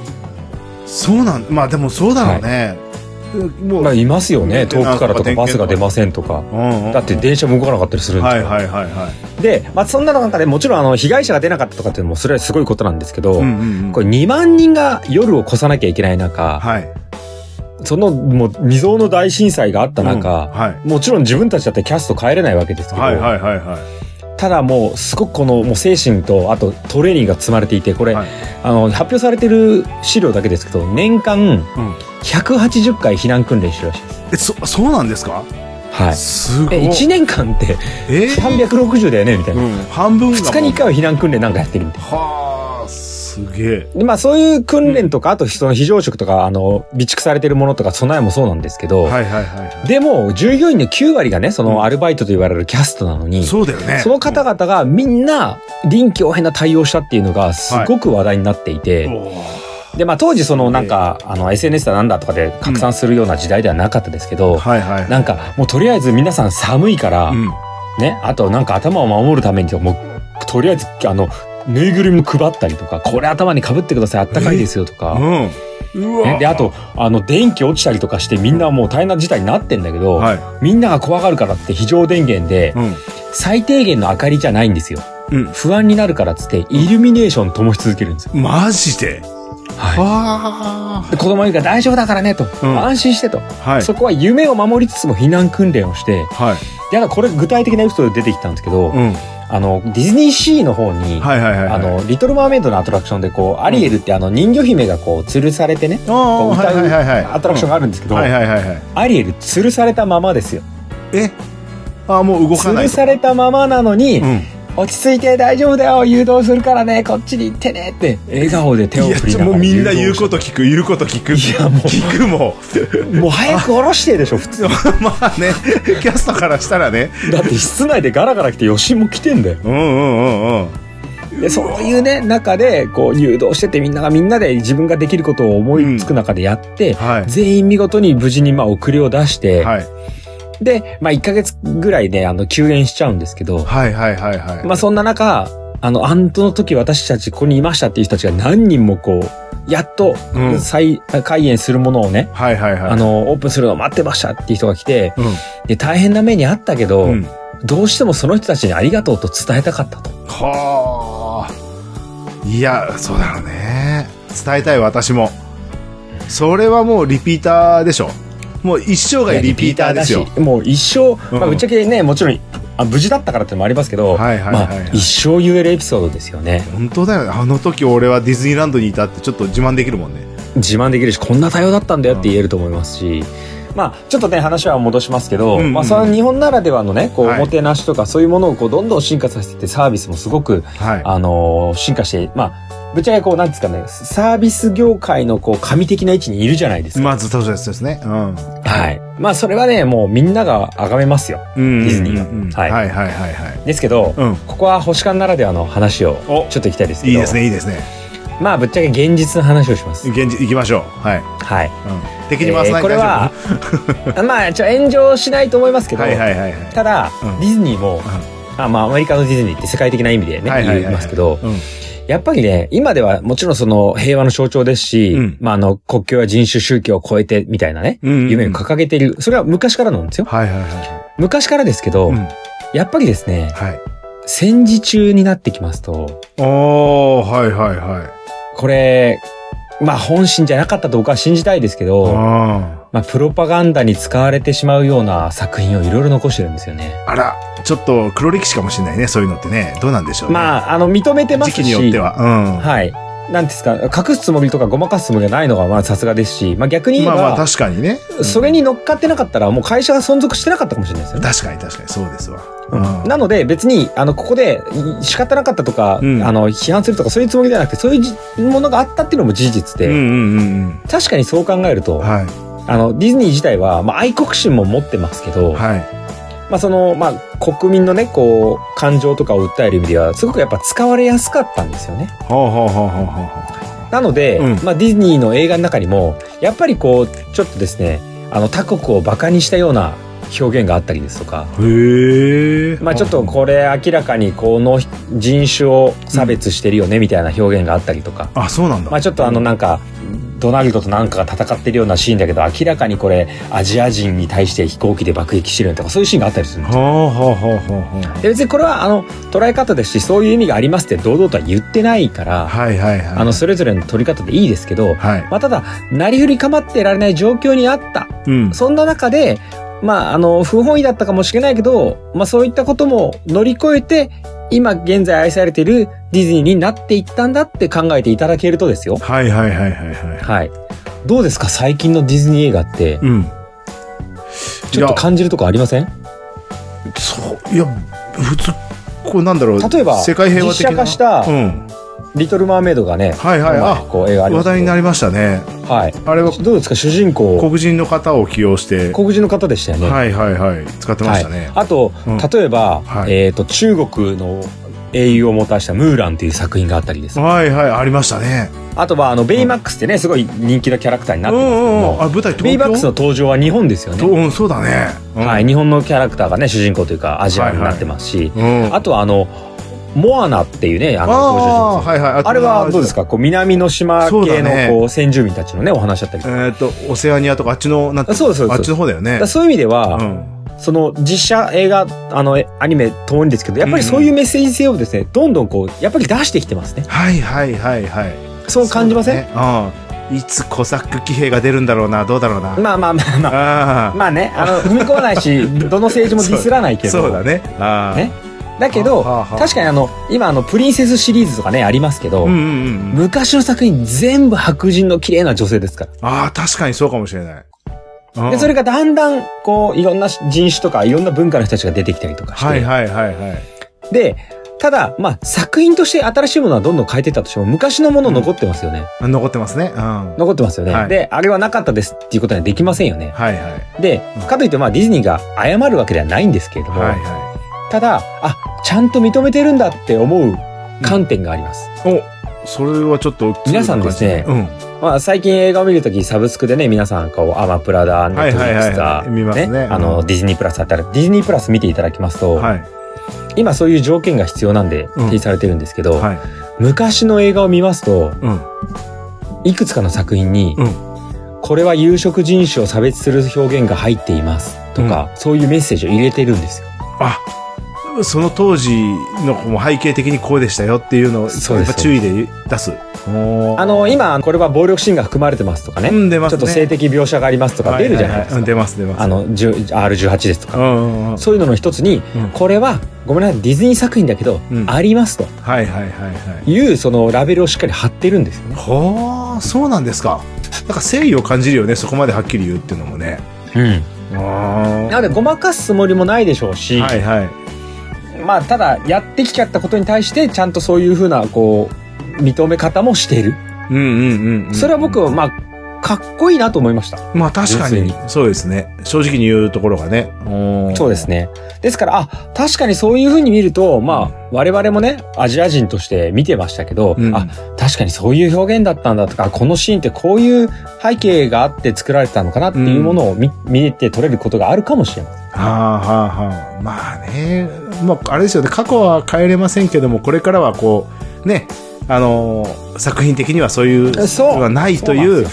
Speaker 1: そうなん、まあでもそうだろうね。うんもう、
Speaker 2: まあ、いますよね遠くからと
Speaker 1: な
Speaker 2: か
Speaker 1: んか
Speaker 2: バスが出ませんとか。
Speaker 1: うんうん
Speaker 2: だって電車も動かなかったりするんです
Speaker 1: はい
Speaker 2: よ。
Speaker 1: はいはいはい。
Speaker 2: で、まあ、そんな中でもちろんあの被害者が出なかったとかっていうのもそれはすごいことなんですけど、
Speaker 1: うんうんうん
Speaker 2: これ2万人が夜を越さなきゃいけない中、
Speaker 1: はい。
Speaker 2: そのもう未曾有の大震災があった
Speaker 1: うん
Speaker 2: 中、
Speaker 1: はい。
Speaker 2: もちろん自分たちだってキャスト帰れないわけですけど、
Speaker 1: はいはいはいはい。
Speaker 2: ただもうすごくこのもう精神とあとトレーニングが積まれていてこれ、
Speaker 1: はい
Speaker 2: あの発表されてる資料だけですけど年間180回避難訓練してるらしいです。
Speaker 1: え、そ、そうなんですか
Speaker 2: はい
Speaker 1: すごい。
Speaker 2: え1年間って
Speaker 1: えー
Speaker 2: 360だよねみたいな、
Speaker 1: うん半分がもう。
Speaker 2: 2日に1回は避難訓練なんかやってるみたいな
Speaker 1: はあ、すげえ。
Speaker 2: でまあそういう訓練とか、あとその非常食とかあの備蓄されてるものとか備えもそうなんですけど、
Speaker 1: はいはいはいは
Speaker 2: でも従業員の9割がねそうの
Speaker 1: ん
Speaker 2: アルバイトと言われるキャストなのに、
Speaker 1: い。そうだよね。
Speaker 2: その方々がみんな臨機応変な対応したっていうのがすごく話題になっていて、
Speaker 1: おー
Speaker 2: でまあ当時そのなんか、あの SNS だなんだとかで拡散するような時代ではなかったですけど、
Speaker 1: はいはい。
Speaker 2: なんかもうとりあえず皆さん寒いから、
Speaker 1: うん。
Speaker 2: ね、あとなんか頭を守るためにもうとりあえずあのぬいぐるみも配ったりとかこれ頭にかぶってくださいあったかいですよとか、
Speaker 1: うん。う
Speaker 2: ね、であとあの電気落ちたりとかしてみんなもう大変な事態になってんだけど、
Speaker 1: はい。
Speaker 2: みんなが怖がるからって非常電源で
Speaker 1: うん。
Speaker 2: 最低限の明かりじゃないんですよ
Speaker 1: うん。
Speaker 2: 不安になるからっつってイルミネーション灯し続けるんですよ、
Speaker 1: マジで
Speaker 2: は、
Speaker 1: はい
Speaker 2: で子供が言うから大丈夫だからねと、
Speaker 1: うん
Speaker 2: 安心してと、
Speaker 1: あ。はい。
Speaker 2: そこは夢を守りつつも避難訓練をして
Speaker 1: はい。
Speaker 2: だからこれ具体的なエピソードで出てきたんですけど、
Speaker 1: うん。
Speaker 2: あのディズニーシーの方に、
Speaker 1: はいはいはい。
Speaker 2: あの、リトル・マーメイドのアトラクションで、こう、アリエルってあの人魚姫がこう、吊るされてね、
Speaker 1: あ
Speaker 2: こう
Speaker 1: ー、
Speaker 2: 歌
Speaker 1: はいうはいはいはい。
Speaker 2: アトラクション
Speaker 1: が。
Speaker 2: があるんですけど、
Speaker 1: はいはいはいはい。
Speaker 2: アリエル吊るされたままですよ。
Speaker 1: えあー、もう動か
Speaker 2: 吊
Speaker 1: ない
Speaker 2: る
Speaker 1: と。
Speaker 2: されたままなのに、
Speaker 1: うん。
Speaker 2: 落ち着いて大丈夫だよ、誘導するからね、こっちに行ってねって、笑顔で手を
Speaker 1: いや
Speaker 2: 振り
Speaker 1: ちょ
Speaker 2: なが
Speaker 1: もう
Speaker 2: ら
Speaker 1: み
Speaker 2: 誘
Speaker 1: んな
Speaker 2: 導して
Speaker 1: 言うこと聞く、言うこと聞く。
Speaker 2: いやもう
Speaker 1: 聞くもん
Speaker 2: もう早く下ろしてでしょ、普通。
Speaker 1: まあね、キャストからしたらね。
Speaker 2: だって室内でガラガラ来て、吉井も来てんだよ。
Speaker 1: うんうんうんうん。
Speaker 2: でそういうね、中で、こう、誘導しててみんながみんなで自分ができることを思いつく中でやって、
Speaker 1: はい。
Speaker 2: 全員見事に無事にまあ遅れを出して、
Speaker 1: はい。
Speaker 2: で、まあ1ヶ月ぐらいで、あの、休園しちゃうんですけど、
Speaker 1: はいはいはいはい。
Speaker 2: まあそんな中、あの、あんとの時私たちここにいましたっていう人たちが何人もこう、やっと
Speaker 1: うん
Speaker 2: 再開園するものをね、
Speaker 1: はいはいはい。
Speaker 2: あ、の、オープンするのを待ってましたっていう人が来て、で、大変な目にあったけど、
Speaker 1: うん。うん。
Speaker 2: どうしてもその人たちにありがとうと伝えたかったと。
Speaker 1: はあ。いや、そうだろうね。伝えたい私も。それはもうリピーターでしょ。もう一生涯リピーターですよ
Speaker 2: リピ。だしもう一生、
Speaker 1: うん
Speaker 2: まあ、ぶっちゃけね、もちろん、あ無事だったからってのもありますけど、
Speaker 1: はいはいはいはい
Speaker 2: まあ、一生言えるエピソードですよね。
Speaker 1: 本当だよね。あの時俺はディズニーランドにいたってちょっと自慢できるもんね。
Speaker 2: 自慢できるし、こんな対応だったんだよって言えると思いますし、まあ、ちょっとね、話は戻しますけど、
Speaker 1: うんうん
Speaker 2: まあ、その日本ならではのね、こう、お
Speaker 1: はい
Speaker 2: もてなしとか、そういうものをこう、どんどん進化させてって、サービスもすごく、
Speaker 1: はい。
Speaker 2: あのー進化して、まあ、ぶっちゃけこう、なんですかね、サービス業界のこう、神的な位置にいるじゃないですか。
Speaker 1: まあ、ずっとそうですね。うん。
Speaker 2: はい。まあ、それはね、もうみんなが崇めますよ。
Speaker 1: うん
Speaker 2: ディズニーが
Speaker 1: うんうんは
Speaker 2: はいい
Speaker 1: はいはいはい。
Speaker 2: ですけど、
Speaker 1: うん。
Speaker 2: ここは星間ならではの話を
Speaker 1: お
Speaker 2: ちょっといきたいですけど
Speaker 1: いいですね、いいですね。
Speaker 2: まあぶっちゃけ現実の話をします。
Speaker 1: 現実行きましょう。はい。
Speaker 2: はい。
Speaker 1: うん、敵に回さない
Speaker 2: えーこれはまあちょ炎上しないと思いますけ
Speaker 1: 大丈夫
Speaker 2: ど、
Speaker 1: はいはいはいはい。
Speaker 2: ただ、
Speaker 1: うん
Speaker 2: ディズニーも、あまあアメリカのディズニーって世界的な意味でね、
Speaker 1: はいはいはいはい
Speaker 2: 言いますけど、
Speaker 1: うん
Speaker 2: やっぱりね今ではもちろんその平和の象徴ですし、
Speaker 1: うん
Speaker 2: まああの国境や人種宗教を超えてみたいなね。
Speaker 1: うんうん
Speaker 2: 夢を掲げている。それは昔からなんですよ。
Speaker 1: はいはいは
Speaker 2: 昔からですけど、
Speaker 1: い。うん。
Speaker 2: やっぱりですね、
Speaker 1: はい。
Speaker 2: 戦時中になってきますと、
Speaker 1: おー、はいはいはい。
Speaker 2: これ、まあ本心じゃなかったと僕は信じたいですけど、
Speaker 1: あ
Speaker 2: まあプロパガンダに使われてしまうような作品をいろいろ残してるんですよね。
Speaker 1: ーあら、ちょっと黒歴史かもしれないね、そういうのってね。どうなんでしょうね。あ、
Speaker 2: まあ、あの、認めてます
Speaker 1: 時期
Speaker 2: し。
Speaker 1: によっては。うん。
Speaker 2: はい。なんですか、隠すつもりとかごまかすつもりがないのがまあさすがですし、まあ逆に言え
Speaker 1: ま
Speaker 2: ば、
Speaker 1: あまあ、確かにね。
Speaker 2: それに乗っかってなかったらもう会社が存続してなかったかもしれないですよね。
Speaker 1: 確かに確かに、そうですわ。
Speaker 2: うんなので別に、あの、ここでい仕方なかったとか、
Speaker 1: うん
Speaker 2: あの、批判するとかそういうつもりではなくて、そういうじものがあったっていうのも事実で、
Speaker 1: うんうんうん
Speaker 2: 確かにそう考えると、
Speaker 1: うん。はい。
Speaker 2: あの、ディズニー自体は、まあ、愛国心も持ってますけど、
Speaker 1: はい。
Speaker 2: まあ、その、まあ、国民のね、こう、感情とかを訴える意味では、すごくやっぱ使われやすかったんですよね。
Speaker 1: ほうほうほうほうほうほ
Speaker 2: なので、
Speaker 1: うん
Speaker 2: まあ、ディズニーの映画の中にも、やっぱりこう、ちょっとですね、あの、他国を馬鹿にしたような表現があったりですとか、
Speaker 1: う。へえ。
Speaker 2: まあ、ちょっとこれ明らかにこの人種を差別してるよね、みたいな表現があったりとか、
Speaker 1: あ、そうなんだ。
Speaker 2: まあ、ちょっとあの、なんか、ドナルドとなんかが戦ってるようなシーンだけど、明らかにこれ、アジア人に対して飛行機で爆撃してるよねとか、そういうシーンがあったりするんですよ
Speaker 1: ほうほうほうほうほう。
Speaker 2: で別にこれはあの捉え方ですしそういう意味がありますって堂々とは言ってないから、
Speaker 1: はいはいはい。
Speaker 2: あのそれぞれの取り方でいいですけど、
Speaker 1: はい。
Speaker 2: まあ、ただなりふり構ってられない状況にあった
Speaker 1: うん。
Speaker 2: そんな中でまああの不本意だったかもしれないけど、まあ、そういったことも乗り越えて今現在愛されているディズニーになっていったんだって考えていただけるとですよ。
Speaker 1: はいはいはいはいは
Speaker 2: はいどうですか最近のディズニー映画って
Speaker 1: い。うん。
Speaker 2: ちょっと感じるとこありません
Speaker 1: そう、いや、普通、こうなんだろう。
Speaker 2: 例えば
Speaker 1: 世界平和的な。
Speaker 2: 実写化した
Speaker 1: うん。
Speaker 2: リトル・マーメイドがね、
Speaker 1: はいはい。
Speaker 2: まあ
Speaker 1: あ、
Speaker 2: こう映画ありま
Speaker 1: 話
Speaker 2: すけど
Speaker 1: 題になりましたね。
Speaker 2: はい、
Speaker 1: あれは
Speaker 2: どうですか主人公
Speaker 1: 黒人の方を起用して、
Speaker 2: 黒人の方でしたよね。
Speaker 1: はいはいはい。使ってましたね。
Speaker 2: あと、
Speaker 1: うん
Speaker 2: 例えば、
Speaker 1: はい
Speaker 2: えっ、と中国の英雄をもたらしたムーランという作品があったりです。
Speaker 1: はいはい、ありましたね。
Speaker 2: あとはあのベイマックスってねすごい人気のキャラクターに
Speaker 1: う
Speaker 2: なっ
Speaker 1: ん
Speaker 2: て
Speaker 1: う
Speaker 2: ますけど
Speaker 1: んうん。
Speaker 2: も、
Speaker 1: あ、舞台東京
Speaker 2: ベイマックスの登場は日本ですよ
Speaker 1: と
Speaker 2: ね。
Speaker 1: うん、そうだね。うん
Speaker 2: はい、。日本のキャラクターがね主人公というかアジアになってますし、
Speaker 1: うん。
Speaker 2: あとはあのモアナっていうねあの登場人
Speaker 1: あー、
Speaker 2: 物。
Speaker 1: はいはい。
Speaker 2: あれはどうです
Speaker 1: か
Speaker 2: かこう南の島
Speaker 1: そうだ
Speaker 2: 系の
Speaker 1: ね
Speaker 2: こう先住民たちのねお話だったりとか
Speaker 1: えっと、オセアニアとかあっちの、なんて
Speaker 2: あそうですそうです
Speaker 1: あっちの方だよ
Speaker 2: だ
Speaker 1: ね
Speaker 2: から。そういう意味では、
Speaker 1: うん。
Speaker 2: その実写映画あのえアニメともにですけどやっぱりそういうメッセージ性をですね、どんどんこうやっぱり出してきてますね
Speaker 1: はいはいはいはい。
Speaker 2: そう感じません、
Speaker 1: そうだねうん。いつコサック騎兵が出るんだろうな、どうだろうな。
Speaker 2: まあまあまあまあ
Speaker 1: ああ
Speaker 2: まあねあの踏み込まない しどの政治もディスらないけど
Speaker 1: そうだね。ああ
Speaker 2: ねだけど
Speaker 1: はあはあ
Speaker 2: 確かにあの今あのプリンセスシリーズとかねありますけど、
Speaker 1: うんうんうんうん。
Speaker 2: 昔の作品全部白人の綺麗な女性ですか
Speaker 1: ああ、確かにそうかもしれない。う
Speaker 2: ら
Speaker 1: ん
Speaker 2: でそれがだんだんこういろんな人種とかいろんな文化の人たちが出てきたりとかして、
Speaker 1: はいはいはいはい。
Speaker 2: でただまあ作品として新しいものはどんどん変えていったとしても昔のもの残ってますよね、
Speaker 1: あ残ってますね。うん。はい
Speaker 2: 残ってますよね、
Speaker 1: はい
Speaker 2: であれはなかったですっていうことにはできませんよね
Speaker 1: はい。
Speaker 2: で
Speaker 1: うん
Speaker 2: かといってまあディズニーが謝るわけではないんですけれども、
Speaker 1: はいは
Speaker 2: ただあちゃんと認めてるんだって思う観点があります、
Speaker 1: い。おそれはちょっと、
Speaker 2: 皆さんですね
Speaker 1: うん。
Speaker 2: まあ、最近映画を見るときサブスクでね皆さんこうアマプラだネットフリ
Speaker 1: はいは
Speaker 2: ックス
Speaker 1: いはいはい見ますね
Speaker 2: だ
Speaker 1: うん
Speaker 2: あのディズニープラスだったらディズニープラス見ていただきますと、
Speaker 1: はい。
Speaker 2: 今そういう条件が必要なん
Speaker 1: う
Speaker 2: で
Speaker 1: ん
Speaker 2: 提示されてるんですけど、
Speaker 1: はい。
Speaker 2: 昔の映画を見ますと、
Speaker 1: うん。
Speaker 2: いくつかの作品に、
Speaker 1: うん
Speaker 2: これは有色人種を差別する表現が入っていますとか、そういうメッセージを入れてるんですよ。
Speaker 1: あ、その当時のもう背景的にこうでしたよっていうのを、
Speaker 2: そう
Speaker 1: や
Speaker 2: で
Speaker 1: っ
Speaker 2: す
Speaker 1: ぱ注意で出す。おー
Speaker 2: あの、今、これは暴力シーンが含まれてますとかね、
Speaker 1: うん、出ま
Speaker 2: ち
Speaker 1: す
Speaker 2: ょっ
Speaker 1: ね。
Speaker 2: と性的描写がありますとか出るじゃないで
Speaker 1: は
Speaker 2: すか。
Speaker 1: ははうん出ます、出ます。
Speaker 2: あの、10 R18 ですとか。
Speaker 1: うんうんうん
Speaker 2: そういうのの一つに、
Speaker 1: うん
Speaker 2: これは、ごめんなさい、ディズニー作品だけど、
Speaker 1: うん
Speaker 2: ありますと
Speaker 1: はいはいはいはい。
Speaker 2: いう、そのラベルをしっかり貼ってるんですよね。
Speaker 1: ほー、そうなんですか。なんか誠意を感じるよね、そこまではっきり言うっていうのもね。
Speaker 2: うん。
Speaker 1: あ
Speaker 2: なので、ごまかすつもりもないでしょうし、
Speaker 1: はいはい。
Speaker 2: まあ、ただ、やってきちゃったことに対して、ちゃんとそういうふうな、こう、認め方もしている。
Speaker 1: うんうんうん、うん。
Speaker 2: それは僕は、まあ、かっこいいなと思いました。
Speaker 1: まあ確かに
Speaker 2: 要する、
Speaker 1: そうですね。正直に言うところがね。おー
Speaker 2: そうです。ね。ですから、あ、確かにそういうふうに見ると、まあ、我々もね、アジア人として見てましたけど、
Speaker 1: うん
Speaker 2: あ、確かにそういう表現だったんだとか、このシーンってこういう背景があって作られてたのかなっていうものを見,、見て取れることがあるかもしれません。
Speaker 1: はあはあはあ。まあね、もうあれですよね、過去は変えれませんけども、これからはこう、ね、あのー作品的にはそういう
Speaker 2: えそう
Speaker 1: のがないと
Speaker 2: そうないん
Speaker 1: う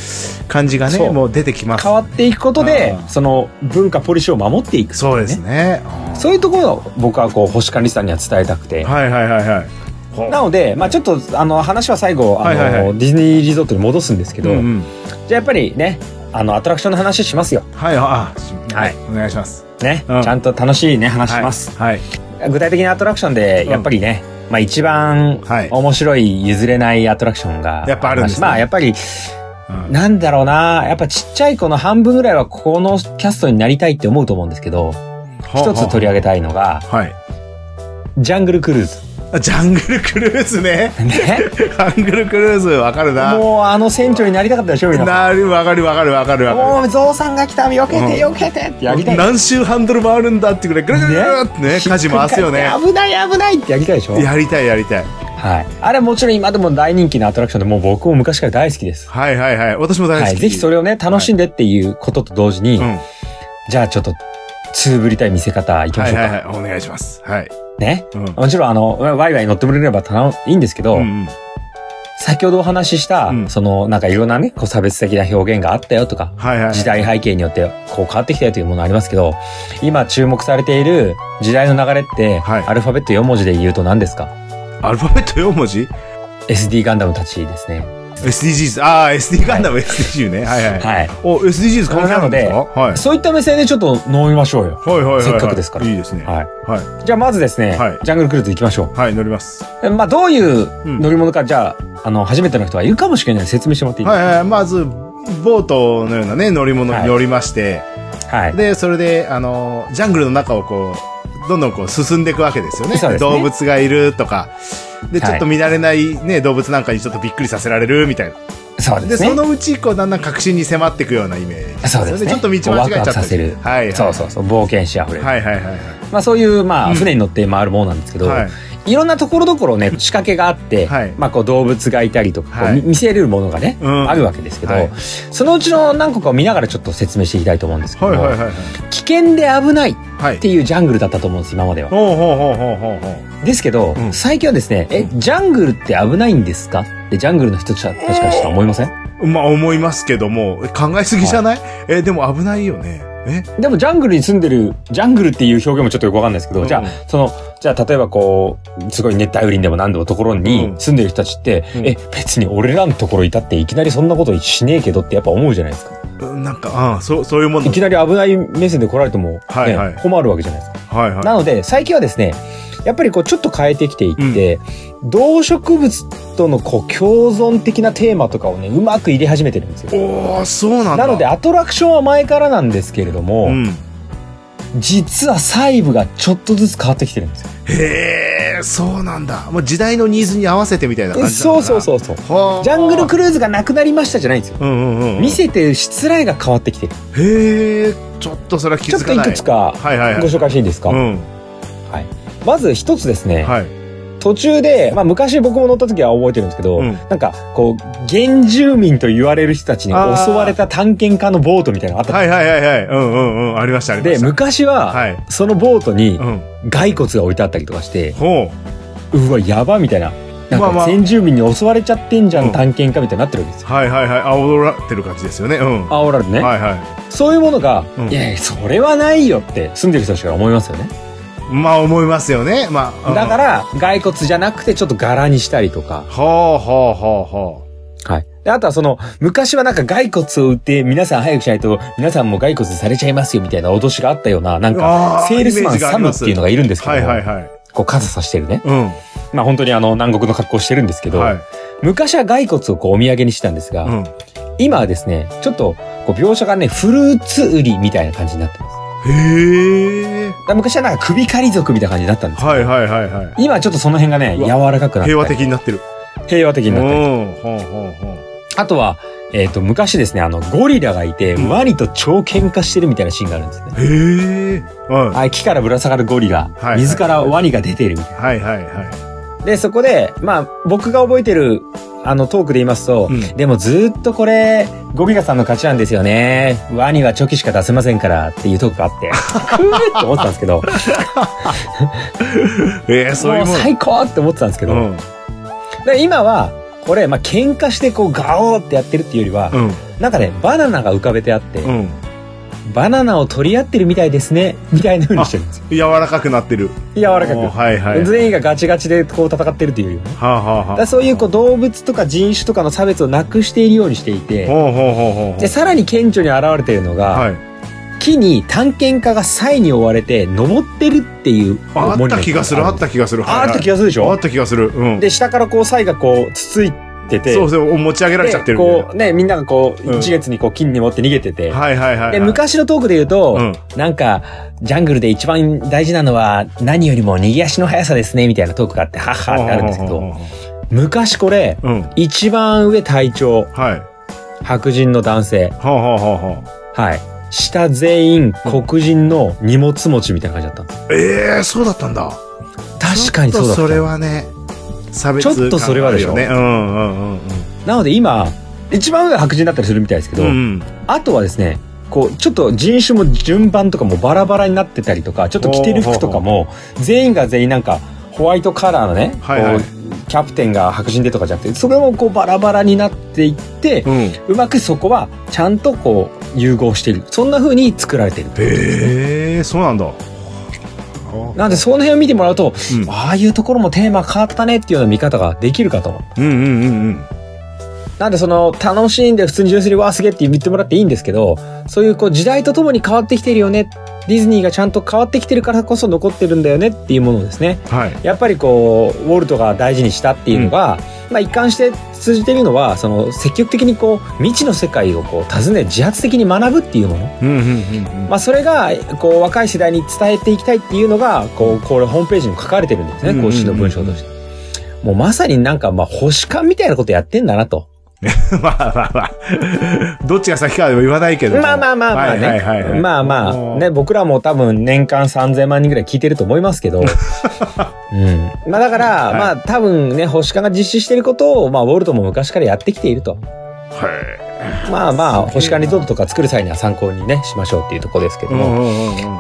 Speaker 1: 感じが
Speaker 2: そ
Speaker 1: ね、
Speaker 2: う
Speaker 1: もう出てきます
Speaker 2: 変。わっていくことで
Speaker 1: あ、ー
Speaker 2: その文化ポリシーを守っていく。
Speaker 1: そうですね。
Speaker 2: そういうところを僕はこう、保守管理士さんには伝えたくて。
Speaker 1: はいはいはいはい。ほう
Speaker 2: なので、まあちょっと、あの、話は最後、あの、
Speaker 1: はいはいはい
Speaker 2: ディズニーリゾートに戻すんですけど、
Speaker 1: うんうん
Speaker 2: じゃあやっぱりね、あの、アトラクションの話しますよ。
Speaker 1: はい、あ、あ
Speaker 2: はい
Speaker 1: お願いします。
Speaker 2: ね、
Speaker 1: うん
Speaker 2: ちゃんと楽しいね、話します。
Speaker 1: はい。
Speaker 2: 具体的なアトラクションで、
Speaker 1: うん
Speaker 2: やっぱりね、まあ一番
Speaker 1: はい
Speaker 2: 面白い譲れないアトラクションが。
Speaker 1: やっぱあるんですね
Speaker 2: まあやっぱ
Speaker 1: は
Speaker 2: り、
Speaker 1: いうん
Speaker 2: なんだろうな、やっぱちっちゃい子の半分ぐらいはこのキャストになりたいって思うと思うんですけど、一つ取り上げたいのが、
Speaker 1: はい。
Speaker 2: ジャングルクルーズ。
Speaker 1: あジャングルクルーズね。
Speaker 2: ね。
Speaker 1: ジャングルクルーズ、わかるな。
Speaker 2: もうあの船長になりたかったでしょ、皆さ
Speaker 1: なる、わかるわかるわかる
Speaker 2: ん。
Speaker 1: わかる。
Speaker 2: もうゾウさんが来た、避け
Speaker 1: うん
Speaker 2: て避けてってやりたい。
Speaker 1: 何周ハンドル回るんだってくらいぐるぐるぐるぐるってね舵回すよね
Speaker 2: 危ない危ないってやりたいでしょ
Speaker 1: やりたいやりたい
Speaker 2: はい。あれもちろん今でも大人気のアトラクションで、もう僕も昔から大好きです。
Speaker 1: はいはいはい私も大好き、
Speaker 2: はい。ぜひそ
Speaker 1: れ
Speaker 2: れをね、楽しんでっていうことと同時に、
Speaker 1: うんはい
Speaker 2: じゃあちょっと、つぶりたい見せ方いきま
Speaker 1: は
Speaker 2: しょ
Speaker 1: いう
Speaker 2: か。
Speaker 1: はいお願いしますはい
Speaker 2: ね。
Speaker 1: うん
Speaker 2: もちろん、あの、ワイワイ乗ってもらえればたのいいんですけど、
Speaker 1: うんうん
Speaker 2: 先ほどお話しした、
Speaker 1: うん
Speaker 2: その、なんかいろんなね、こう差別的な表現があったよとか、
Speaker 1: はいはい
Speaker 2: 時代背景によってこう変わってきたよというものありますけど、今注目されている時代の流れって、
Speaker 1: はい
Speaker 2: アルファベット4文字で言うと何ですか
Speaker 1: アルファベット4文字
Speaker 2: ?SD ガンダムたちですね。
Speaker 1: SDGs ああ SD ガンダム SDG ねはいはい、
Speaker 2: はい。
Speaker 1: お SDGs 関係あるんですかはい
Speaker 2: そういった目線でちょっと飲みましょうよ。
Speaker 1: はいはいはいはい
Speaker 2: せっかくですから
Speaker 1: いいですね
Speaker 2: はい。
Speaker 1: はい
Speaker 2: じゃあまずですね、
Speaker 1: はい
Speaker 2: ジャングルクルーズ行きましょう。
Speaker 1: はい乗ります
Speaker 2: えまあどういう
Speaker 1: うん
Speaker 2: 乗り物か、じゃあ、あの、初めての人がいるかもしれない説明してもらっていいです
Speaker 1: は
Speaker 2: か
Speaker 1: いはいまずボートのようなね乗り物
Speaker 2: は
Speaker 1: に
Speaker 2: い
Speaker 1: 乗りまして、
Speaker 2: はい。
Speaker 1: で、それで、あの、ジャングルの中をこう、どんどんこう進んでいくわけですよね。
Speaker 2: そうですね
Speaker 1: 動物がいるとか、で、
Speaker 2: はい
Speaker 1: ちょっと見慣れないね、動物なんかにちょっとびっくりさせられるみたいな。
Speaker 2: そう
Speaker 1: で、
Speaker 2: ですね。
Speaker 1: そのうち、こう、だんだん確信に迫っていくようなイメージ。
Speaker 2: そうですね
Speaker 1: ちょっと道間違えちゃったり。
Speaker 2: こうワクワクさせる
Speaker 1: はい、はい。
Speaker 2: そうそうそう、冒険しあふれる。
Speaker 1: はいはいはいはい。
Speaker 2: まあそういう、ま
Speaker 1: うん
Speaker 2: あ船に乗って回るものなんですけど、
Speaker 1: はい
Speaker 2: い、ろんなところどころね、仕掛けがあって、
Speaker 1: はい
Speaker 2: まあこう動物がいたりとか、こう
Speaker 1: はい
Speaker 2: み見せれるものがね、
Speaker 1: うん
Speaker 2: あるわけですけど、
Speaker 1: はい
Speaker 2: そのうちの何個かを見ながらちょっと説明していきたいと思うんですけど、
Speaker 1: はいはいはいはい。
Speaker 2: 危険で危ないっ
Speaker 1: はい。
Speaker 2: ていうジャングルだったと思うんです、今までは。
Speaker 1: ほうほうほうほうほうほう。
Speaker 2: ですけど、
Speaker 1: うん
Speaker 2: 最近はですね、え、ジャングルって危ないんですかってジャングルの人たちは確かにしたら思いません
Speaker 1: まあ、思いますけども、考えすぎじゃない、え、でも危ないよね。え
Speaker 2: でもジャングルに住んでる、ジャングルっていう表現もちょっとよくわかんないですけど、
Speaker 1: うん
Speaker 2: じゃあ、その、じゃあ例えばこう、すごい熱帯雨林でも何でもところに
Speaker 1: うん
Speaker 2: 住んでる人たちって、
Speaker 1: うん
Speaker 2: え、別に俺らのところいたっていきなりそんなことしねえけどってやっぱ思うじゃないですか。
Speaker 1: なんか、うん、そう、そういうもん
Speaker 2: い
Speaker 1: だ
Speaker 2: きなり危ない目線で来られても、ね
Speaker 1: はいはい
Speaker 2: 困るわけじゃないですか。
Speaker 1: はいはい。
Speaker 2: なので、最近はですね、やっぱりこうちょっと変えてきていって、動植物とのこう共存的なテーマとかをね、うまく入れ始めてるんですよ。
Speaker 1: おー、そうなんだ。
Speaker 2: なので、アトラクションは前からなんですけれども、
Speaker 1: うん。
Speaker 2: 実は細部がちょっとずつ変わってきてるんですよ。
Speaker 1: へえ、そうなんだ。もう時代のニーズに合わせてみたいな感じ。
Speaker 2: そうそうそううそう。
Speaker 1: はあ
Speaker 2: ジャングルクルーズがなくなりましたじゃないんですよ。
Speaker 1: うんうんうん。
Speaker 2: 見せてる失礼が変わってきてる。
Speaker 1: へえ、ちょっとそれは気
Speaker 2: ちょっ
Speaker 1: づ
Speaker 2: と
Speaker 1: か
Speaker 2: い
Speaker 1: ない。
Speaker 2: くつか
Speaker 1: はいはいはい。
Speaker 2: ご紹介していいですか、
Speaker 1: うん。
Speaker 2: まず一つですね、
Speaker 1: はい。
Speaker 2: 東途中で、まあ、昔僕も乗った時は覚えてるんですけど、
Speaker 1: うん
Speaker 2: なんかこう原住民と言われる人たちに
Speaker 1: あー
Speaker 2: 襲われた探検家のボートみたいなのあった
Speaker 1: はいはいはいはい。うんうんうん。ありました、ありま
Speaker 2: で
Speaker 1: した。
Speaker 2: 昔は、
Speaker 1: はい
Speaker 2: そのボートに
Speaker 1: うん。
Speaker 2: 骸骨が置いてあったりとかして、
Speaker 1: ほ
Speaker 2: うわやばみたいななん
Speaker 1: まあま
Speaker 2: か
Speaker 1: あ
Speaker 2: 先住民に襲われちゃってんじゃん、
Speaker 1: うん
Speaker 2: 探検家みたいになってるわけです
Speaker 1: う。
Speaker 2: よ
Speaker 1: はいはいはい。あ、踊らってる感じですよね。うん。は
Speaker 2: 煽られるね、
Speaker 1: いは
Speaker 2: そういうものが、
Speaker 1: うん
Speaker 2: いやいやそれはないよって住んでる人たちから思いますよね
Speaker 1: い。まあ思いますよね。まあ。うん
Speaker 2: だか。ら骸骨じゃなくてちょっと柄にしたりとか
Speaker 1: ほうほうほうほ
Speaker 2: はい。で、あとはその、昔はなんか骸骨を売って、皆さん早くしないと、皆さんも骸骨されちゃいますよみたいな脅しがあったような、なん
Speaker 1: う。
Speaker 2: か、
Speaker 1: あー
Speaker 2: セールスマン
Speaker 1: イメジが
Speaker 2: サ
Speaker 1: あり
Speaker 2: ム
Speaker 1: ま
Speaker 2: っていうのがいるんですけど、
Speaker 1: はいはいはい。
Speaker 2: こう傘さしてるね。
Speaker 1: う
Speaker 2: まあ本当にあの、南国の格好してるんですけ
Speaker 1: ん。
Speaker 2: ど、
Speaker 1: はい。
Speaker 2: 昔は骸骨をこうお土産にしてたんですが、
Speaker 1: うん。
Speaker 2: 今はですね、ちょっと、こう描写がね、フルーツ売りみたいな感じになってます。だか
Speaker 1: へえ。
Speaker 2: ら昔はなんか首狩り族みたいな感じになったんですけど
Speaker 1: はいはいはいはい。
Speaker 2: 今はちょっとその辺がね、
Speaker 1: うわ
Speaker 2: 柔らかくなって。
Speaker 1: 平和的。になってる。
Speaker 2: 平和的
Speaker 1: うん。
Speaker 2: になってる。
Speaker 1: ほうほうほう。
Speaker 2: あとは、えっ、と、昔ですね、あの、ゴリラがいて、
Speaker 1: うん
Speaker 2: ワニと超喧嘩してるみたいなシーンがあるんですね。
Speaker 1: へえ。はい。
Speaker 2: あ木からぶら下がるゴリラ、
Speaker 1: はい
Speaker 2: 水からワニが出ているみたい
Speaker 1: はいはいは
Speaker 2: な。で、そこで、まあ、僕が覚えてる、あの、トークで言いますと、
Speaker 1: うん
Speaker 2: でもずっとこれ、ゴギガさんの勝ちなんですよね。ワニはチョキしか出せませんからっていうトークがあ って、くーって思ってたんですけど、
Speaker 1: い。ええ、そういう
Speaker 2: も
Speaker 1: も
Speaker 2: う最高って思ってたんですけど、
Speaker 1: の。うん。
Speaker 2: で今は、これ、まあ、喧嘩してこうガオーってやってるっていうよりは、
Speaker 1: うん。
Speaker 2: なんかね、バナナが浮かべてあって、
Speaker 1: うん。
Speaker 2: バナナを取り合ってるみたいですね、みたいな風にしてるんですよ。
Speaker 1: 柔らかくなってる。
Speaker 2: 柔らか
Speaker 1: おー
Speaker 2: く。
Speaker 1: はいはい。は
Speaker 2: 全員がガチガチでこう戦ってるっていうよりはね。
Speaker 1: あはあ
Speaker 2: だ
Speaker 1: は
Speaker 2: から
Speaker 1: あ。
Speaker 2: そういうこう動物とか人種とかの差別をなくしているようにしていて
Speaker 1: ほうほうほうほうほう。
Speaker 2: でさらに顕著に現れているのが、
Speaker 1: はい。
Speaker 2: 木に探検家がサイに追われて登ってるっていう
Speaker 1: ああっ
Speaker 2: 森の
Speaker 1: た気がする、あった気がする。
Speaker 2: ああった気がするでし
Speaker 1: あ
Speaker 2: ょ
Speaker 1: った気がする。うん。
Speaker 2: で下からこうサイがこうつついてて
Speaker 1: そうそう、持ち上げられちゃって
Speaker 2: で
Speaker 1: るみたい
Speaker 2: こうねみんながこ
Speaker 1: う
Speaker 2: うん一列にこう金に持って逃げてて、
Speaker 1: な。はいはいはいはい。
Speaker 2: で昔のトークで言うと、
Speaker 1: うん
Speaker 2: なんかジャングルで一番大事なのは何よりも逃げ足の速さですねみたいなトークがあってハッハッってあるんですけ
Speaker 1: ほう
Speaker 2: ど
Speaker 1: ほうほう
Speaker 2: 昔これ
Speaker 1: ほう。うん。
Speaker 2: 一番上隊長
Speaker 1: はい。
Speaker 2: 白人の男性
Speaker 1: ほうほうほうほう。
Speaker 2: はい。下全員黒人の荷物持ちみたいな感じだったんです
Speaker 1: ええそうだったんだ。
Speaker 2: 確かにそうだ
Speaker 1: ちょっと
Speaker 2: った
Speaker 1: それはね、差別
Speaker 2: ちょっとそれはでしょ
Speaker 1: 感あるよね。うんうんうん
Speaker 2: なので今、一番上は白人だったりするみたいですけ
Speaker 1: う
Speaker 2: ど、
Speaker 1: ん。うん。
Speaker 2: あとはですね、こう、ちょっと人種も順番とかもバラバラになってたりとか、ちょっと着てる服とかも、全員が全員なんか、ホワイトカラーのね、
Speaker 1: はいはい
Speaker 2: こうキャプテンが白人でとかじゃなくて、それもこうバラバラになっていって、
Speaker 1: うん。
Speaker 2: うまくそこはちゃんとこう融合している。そんな風に作られている。
Speaker 1: ええそうなんだ。
Speaker 2: なんでその辺を見てもらうと、
Speaker 1: うん
Speaker 2: ああいうところもテーマ変わったねっていうような見方ができるかと思う。
Speaker 1: うんうんうんうん。
Speaker 2: なんでその楽しんで普通に純粋にわあすげえって言ってもらっていいんですけど、そういうこう時代とともに変わってきてるよね。ディズニーがちゃんと変わってきてるからこそ残ってるんだよねっていうものですね。
Speaker 1: はい。
Speaker 2: やっぱりこう、ウォルトが大事にしたっていうのが、まあ一貫して通じているのは、その積極的にこう、未知の世界をこう、尋ね、自発的に学ぶっていうもの。
Speaker 1: うんうんう んうん。
Speaker 2: まあそれが、こう、若い世代に伝えていきたいっていうのが、こう、これホームページにも書かれてるんで
Speaker 1: う
Speaker 2: す
Speaker 1: ん
Speaker 2: ね、
Speaker 1: うんうん
Speaker 2: 公式の文章として。もうまさになんか、まあ、星間みたいなことやってんだなと。
Speaker 1: まあまあまあ。どっちが先かは言わないけども。
Speaker 2: まあまあまあまあ
Speaker 1: はいはいはいは
Speaker 2: ね。
Speaker 1: い
Speaker 2: まあまあ、ね、僕らも多分年間3000万人ぐらい聞いてると思いますけ ど。うん。まあだから、
Speaker 1: はい
Speaker 2: まあ多分ね、星間が実施していることを、まあウォルトも昔からやってきていると。
Speaker 1: は
Speaker 2: まあまあ、星間リゾートとか作る際には参考にね、しましょうっていうところですけ
Speaker 1: い。う
Speaker 2: ど
Speaker 1: んう
Speaker 2: も。
Speaker 1: んうん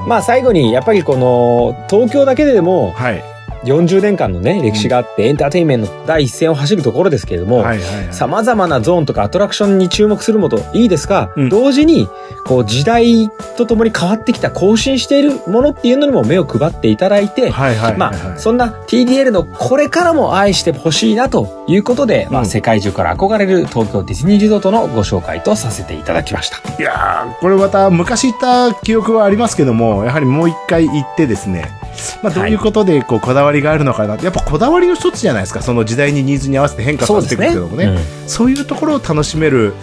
Speaker 1: うん。
Speaker 2: まあ最後に、やっぱりこの、東京だけでも
Speaker 1: はい。
Speaker 2: 40年間のね、歴史があって、エンターテインメントの第一線を走るところですけれども、
Speaker 1: はいはいはい。
Speaker 2: 様々なゾーンとかアトラクションに注目するのといいですが、
Speaker 1: うん
Speaker 2: 同時に、こう時代とともに変わってきた、更新しているものっていうのにも目を配っていただいて、
Speaker 1: はいはいはいはい。
Speaker 2: まあ、そんな TDL のこれからも愛してほしいなということで、ま
Speaker 1: う
Speaker 2: あ、
Speaker 1: ん
Speaker 2: 世界中から憧れる東京ディズニーリゾートのご紹介とさせていただきました。
Speaker 1: いやー、これまた昔行った記憶はありますけども、やはりもう一回行ってですね、まあどういうことでこうこだわりがあるのかなって、やっぱこだわりの一つじゃないですか、その時代にニーズに合わせて変化させていくけどもね、そう
Speaker 2: うん
Speaker 1: いうところを楽しめる、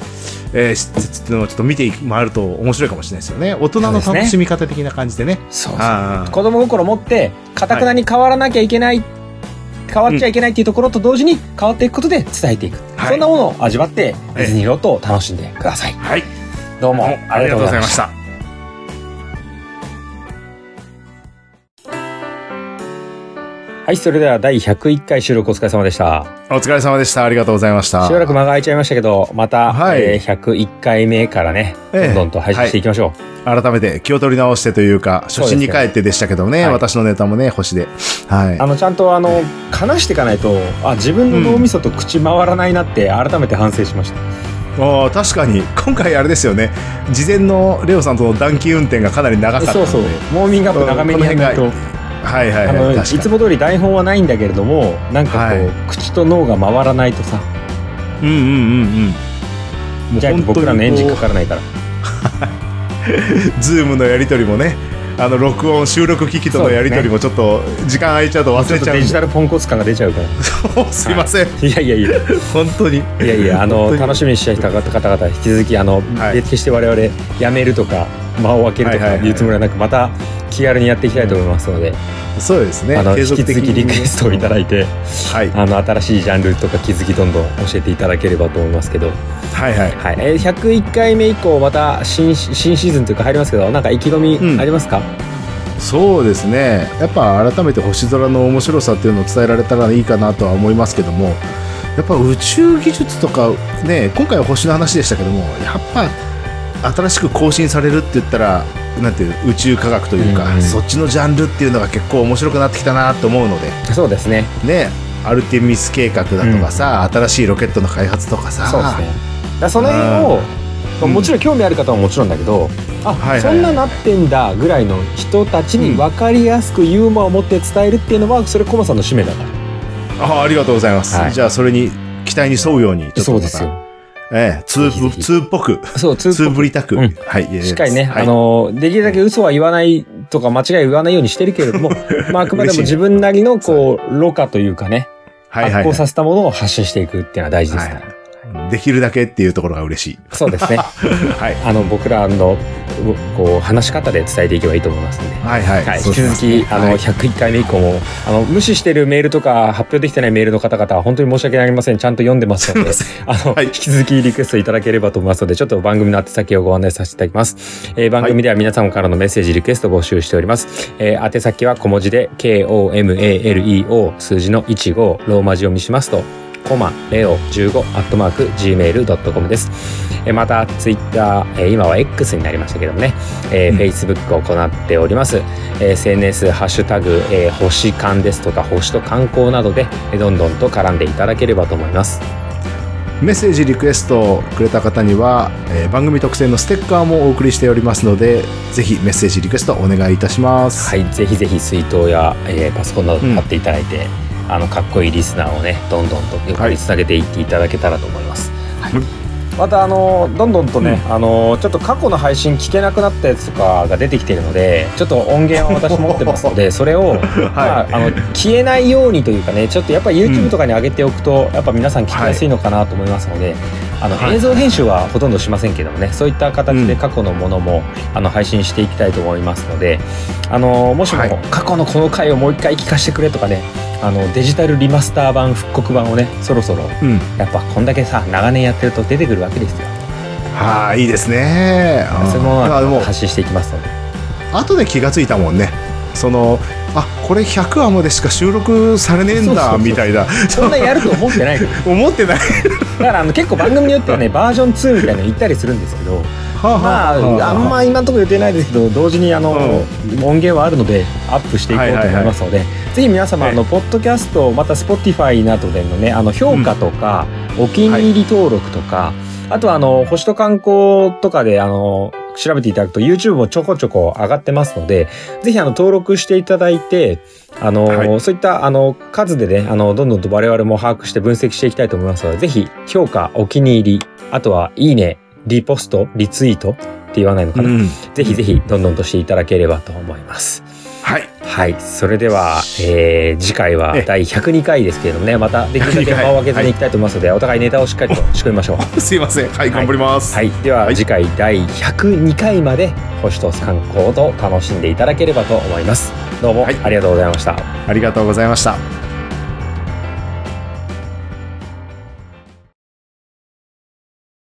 Speaker 1: えー施設っていうのをちょっと見て回ると面白いかもしれないですよね。大人の
Speaker 2: そうで
Speaker 1: 楽
Speaker 2: す
Speaker 1: しみ方的な感じでね。
Speaker 2: そうそう
Speaker 1: あー
Speaker 2: 子供心持って、かたくなに変わらなきゃいけない、変わっちゃいけないっていうところと同時に変わっていくことで伝えていく。
Speaker 1: はい
Speaker 2: そんなものを味わって、ディズニーロートを楽しんでください。
Speaker 1: はい、
Speaker 2: どうも
Speaker 1: もう
Speaker 2: ありがとうございました。
Speaker 1: た。
Speaker 2: ははい、それでは第101回収録お疲れ様でした。
Speaker 1: お疲れ様でした。ありがとうございました。
Speaker 2: しばらく間が空いちゃいましたけど、また、
Speaker 1: はい
Speaker 2: えー101回目からね、
Speaker 1: ええ
Speaker 2: どんどんと配信していきましょう。
Speaker 1: 改めて気を取り直してというか、初心に
Speaker 2: そうです
Speaker 1: 帰
Speaker 2: ね
Speaker 1: ってでしたけどね、
Speaker 2: はい
Speaker 1: 私のネタもね、星で。はい。
Speaker 2: あの、ちゃんと、あの、話していかないと、あ、自分の脳みそと口回らないなって、改めて反省しました。
Speaker 1: あー確かに、今回あれですよね、事前のレオさんとの暖気運転がかなり長かったの
Speaker 2: そう
Speaker 1: で。
Speaker 2: そう。ウォーミングアップ長めにやらないと、
Speaker 1: はいはい
Speaker 2: あ
Speaker 1: は
Speaker 2: の、
Speaker 1: い。
Speaker 2: い
Speaker 1: 確か
Speaker 2: つ
Speaker 1: に。
Speaker 2: も通り台本はないんだけれども、なんかこう、
Speaker 1: は
Speaker 2: 口と脳が回らないとさ、
Speaker 1: うんうんうんうん。もう
Speaker 2: じゃあ
Speaker 1: 本当に
Speaker 2: 僕らのエンジン
Speaker 1: こ
Speaker 2: かからないから。
Speaker 1: うズームのやり取りもね、あの、録音、収録機器とのやり取りもちょっと、時間空いちゃうと忘
Speaker 2: ちょ
Speaker 1: れ
Speaker 2: っと
Speaker 1: ちゃう
Speaker 2: デ
Speaker 1: ん
Speaker 2: ジタルポンコツ感が出ちゃうか ら。
Speaker 1: で。 すいません。
Speaker 2: いやいやいや。
Speaker 1: 本当に。
Speaker 2: いやいや、あ
Speaker 1: 本当
Speaker 2: の、
Speaker 1: に
Speaker 2: 楽しみにしていた方々、引き続き、あの、
Speaker 1: はい
Speaker 2: で決して我々、やめるとか、間を空ける
Speaker 1: は
Speaker 2: と
Speaker 1: いはい
Speaker 2: か
Speaker 1: はい
Speaker 2: いうつもりはなく、また気軽にやっていきたいと思いますので、
Speaker 1: そうです ね。
Speaker 2: あの、
Speaker 1: 継
Speaker 2: 引き
Speaker 1: 続的
Speaker 2: 続き
Speaker 1: に
Speaker 2: リクエストをいただいて、
Speaker 1: はい。
Speaker 2: あの、新しいジャンルとか気づきどんどん教えていただければと思いますけど、
Speaker 1: はいはい。
Speaker 2: はい。えー、101回目以降、また新、新シーズンというか入りますけど、なんか意気込
Speaker 1: う
Speaker 2: み
Speaker 1: ん
Speaker 2: ありますか、
Speaker 1: そうですねやっぱ改めて星空の面白さっていうのを伝えられたらいいかなとは思いますけどもやっぱ宇宙技術とかね今回は星の話でしたけどもやっぱ新しく更新されるって言ったらなんていう宇宙科学というか、
Speaker 2: うんうん
Speaker 1: そっちのジャンルっていうのが結構面白くなってきたなと思うので
Speaker 2: そうですね。
Speaker 1: ねアルテミス計画だとかさ、新しいロケットの開発とかさ
Speaker 2: そうですね。だからその辺を、
Speaker 1: うん
Speaker 2: もちろん興味ある方はもちろんだけど、あ、
Speaker 1: はいはい
Speaker 2: そんななってんだぐらいの人たちに分かりやすくユーモアを持って伝えるっていうのは、それコマさんの使命だから。
Speaker 1: あありがとうございます、
Speaker 2: はい
Speaker 1: じゃあそれに期待に沿うようにちょっとまた。
Speaker 2: よ。
Speaker 1: ええ、通
Speaker 2: ぜひぜひ
Speaker 1: 通っぽく
Speaker 2: そう、通
Speaker 1: つぶ
Speaker 2: ぶ
Speaker 1: りたく、
Speaker 2: うん
Speaker 1: はい、えー
Speaker 2: しっかりね、
Speaker 1: はい
Speaker 2: あの、できるだけ嘘は言わないとか間違いは言わないようにしてる けれども、まあ、あくまでも自分なりの、こう、ろ過というかね、
Speaker 1: はいはい
Speaker 2: 発
Speaker 1: は
Speaker 2: 行
Speaker 1: い
Speaker 2: させたものを発信していくっていうのは大事ですから。
Speaker 1: はいできるだけっていうところが嬉しい。
Speaker 2: そうですね。
Speaker 1: はい。
Speaker 2: あの、僕らの、こう、話し方で伝えていけばいいと思いますんで。
Speaker 1: はいはい。
Speaker 2: はい、
Speaker 1: そ
Speaker 2: 引
Speaker 1: う
Speaker 2: き
Speaker 1: で
Speaker 2: 続
Speaker 1: す
Speaker 2: き、
Speaker 1: ね
Speaker 2: あの、
Speaker 1: はい
Speaker 2: 101回目以降も、あの、無視してるメールとか、発表できてないメールの方々は、本当に申し訳ありません。ちゃんと読んでますので、あの、
Speaker 1: はい
Speaker 2: 引き続きリクエストいただければと思いますので、ちょっと番組の宛先をご案内させていただきます。えー番組では皆様からのメッセージ、リクエストを募集しております。えー宛先は小文字で、KOMALEO 数字の15、ローマ字読みしますと、コマ、レオ15、アットマーク、gmail.com です。えーまた、ツイッター、えー今は X になりましたけどもね、えー
Speaker 1: うん
Speaker 2: Facebook を行っております。えー SNS、ハッシュタグ、えー星間ですとか、星と観光などで、えーどんどんと絡んでいただければと思います。
Speaker 1: メッセージリクエストをくれた方には、えー番組特製のステッカーもお送りしておりますので、ぜひメッセージリクエストお願いいたします。
Speaker 2: はい、ぜひぜひ水筒や、えーパソコンなどで買っていただいて、あのかっこいいリスナーをねどんどんと横につなげていっていただけたらと思います。
Speaker 1: い
Speaker 2: またあのどんどんとね、あのちょっと過去の配信聞けなくなったやつとかが出てきてるのでちょっと音源を私持ってますの でそれを、まあ、あの消えないようにというかねちょっとやっぱり YouTube とかに上げておくと、やっぱ皆さん聞きやすいのかなと思いますので、あ
Speaker 1: は
Speaker 2: の
Speaker 1: い
Speaker 2: 映像編集はほとんどしませんけどもねそういった形で
Speaker 1: うん
Speaker 2: 過去のものも、あの配信していきたいと思いますのであのもしも
Speaker 1: はい
Speaker 2: 過去のこの回をもう一回聞かせてくれとかねあのデジタルリマスター版復刻版をねそろそろ
Speaker 1: うん。
Speaker 2: やっぱこんだけさ長年やってると出てくるわけですよ
Speaker 1: はい、いいですね。あ
Speaker 2: そういうもの
Speaker 1: でも
Speaker 2: は発信してい きますので
Speaker 1: 後で気がついたもんね。その、あ、これ100話までしか収録されねえん
Speaker 2: そうそうそう
Speaker 1: だ、
Speaker 2: そう
Speaker 1: みたいな。
Speaker 2: そんなやると思ってないから
Speaker 1: 思ってない。
Speaker 2: だからあの結構番組によってはねバージョン2みたいなの行ったりするんですけどまああんま今のところ予定ないですけど同時にあの、音源はあるのでアップしていこうと思いますので、ぜひ皆様あの、ポッドキャストまた Spotify などでのねあの評価とか、お気に入り登録とか、あとはあの星と観光とかであの調べていただくと YouTube もちょこちょこ上がってますのでぜひあの登録していただいてあの、
Speaker 1: はい
Speaker 2: そういったあの数でねあのどんどんと我々も把握して分析していきたいと思いますのでぜひ評価お気に入りあとはいいねリポストリツイートって言わないのか
Speaker 1: う
Speaker 2: な、
Speaker 1: ん。
Speaker 2: ぜひぜひどんどんとしていただければと思います。
Speaker 1: はい。
Speaker 2: はい。それでは、えー、次回は
Speaker 1: ええ
Speaker 2: 第102回ですけれどもね、またできるだけ
Speaker 1: 102回
Speaker 2: 間を空けずにいきたいと思いますので、お互いネタをしっかりと仕込みましょう。
Speaker 1: すいません。はい、頑張ります。
Speaker 2: はい。では、
Speaker 1: はい
Speaker 2: 次回第102回まで、星と観光と楽しんでいただければと思います。どうも、
Speaker 1: はい
Speaker 2: ありがとうございました。
Speaker 1: ありがとうございました。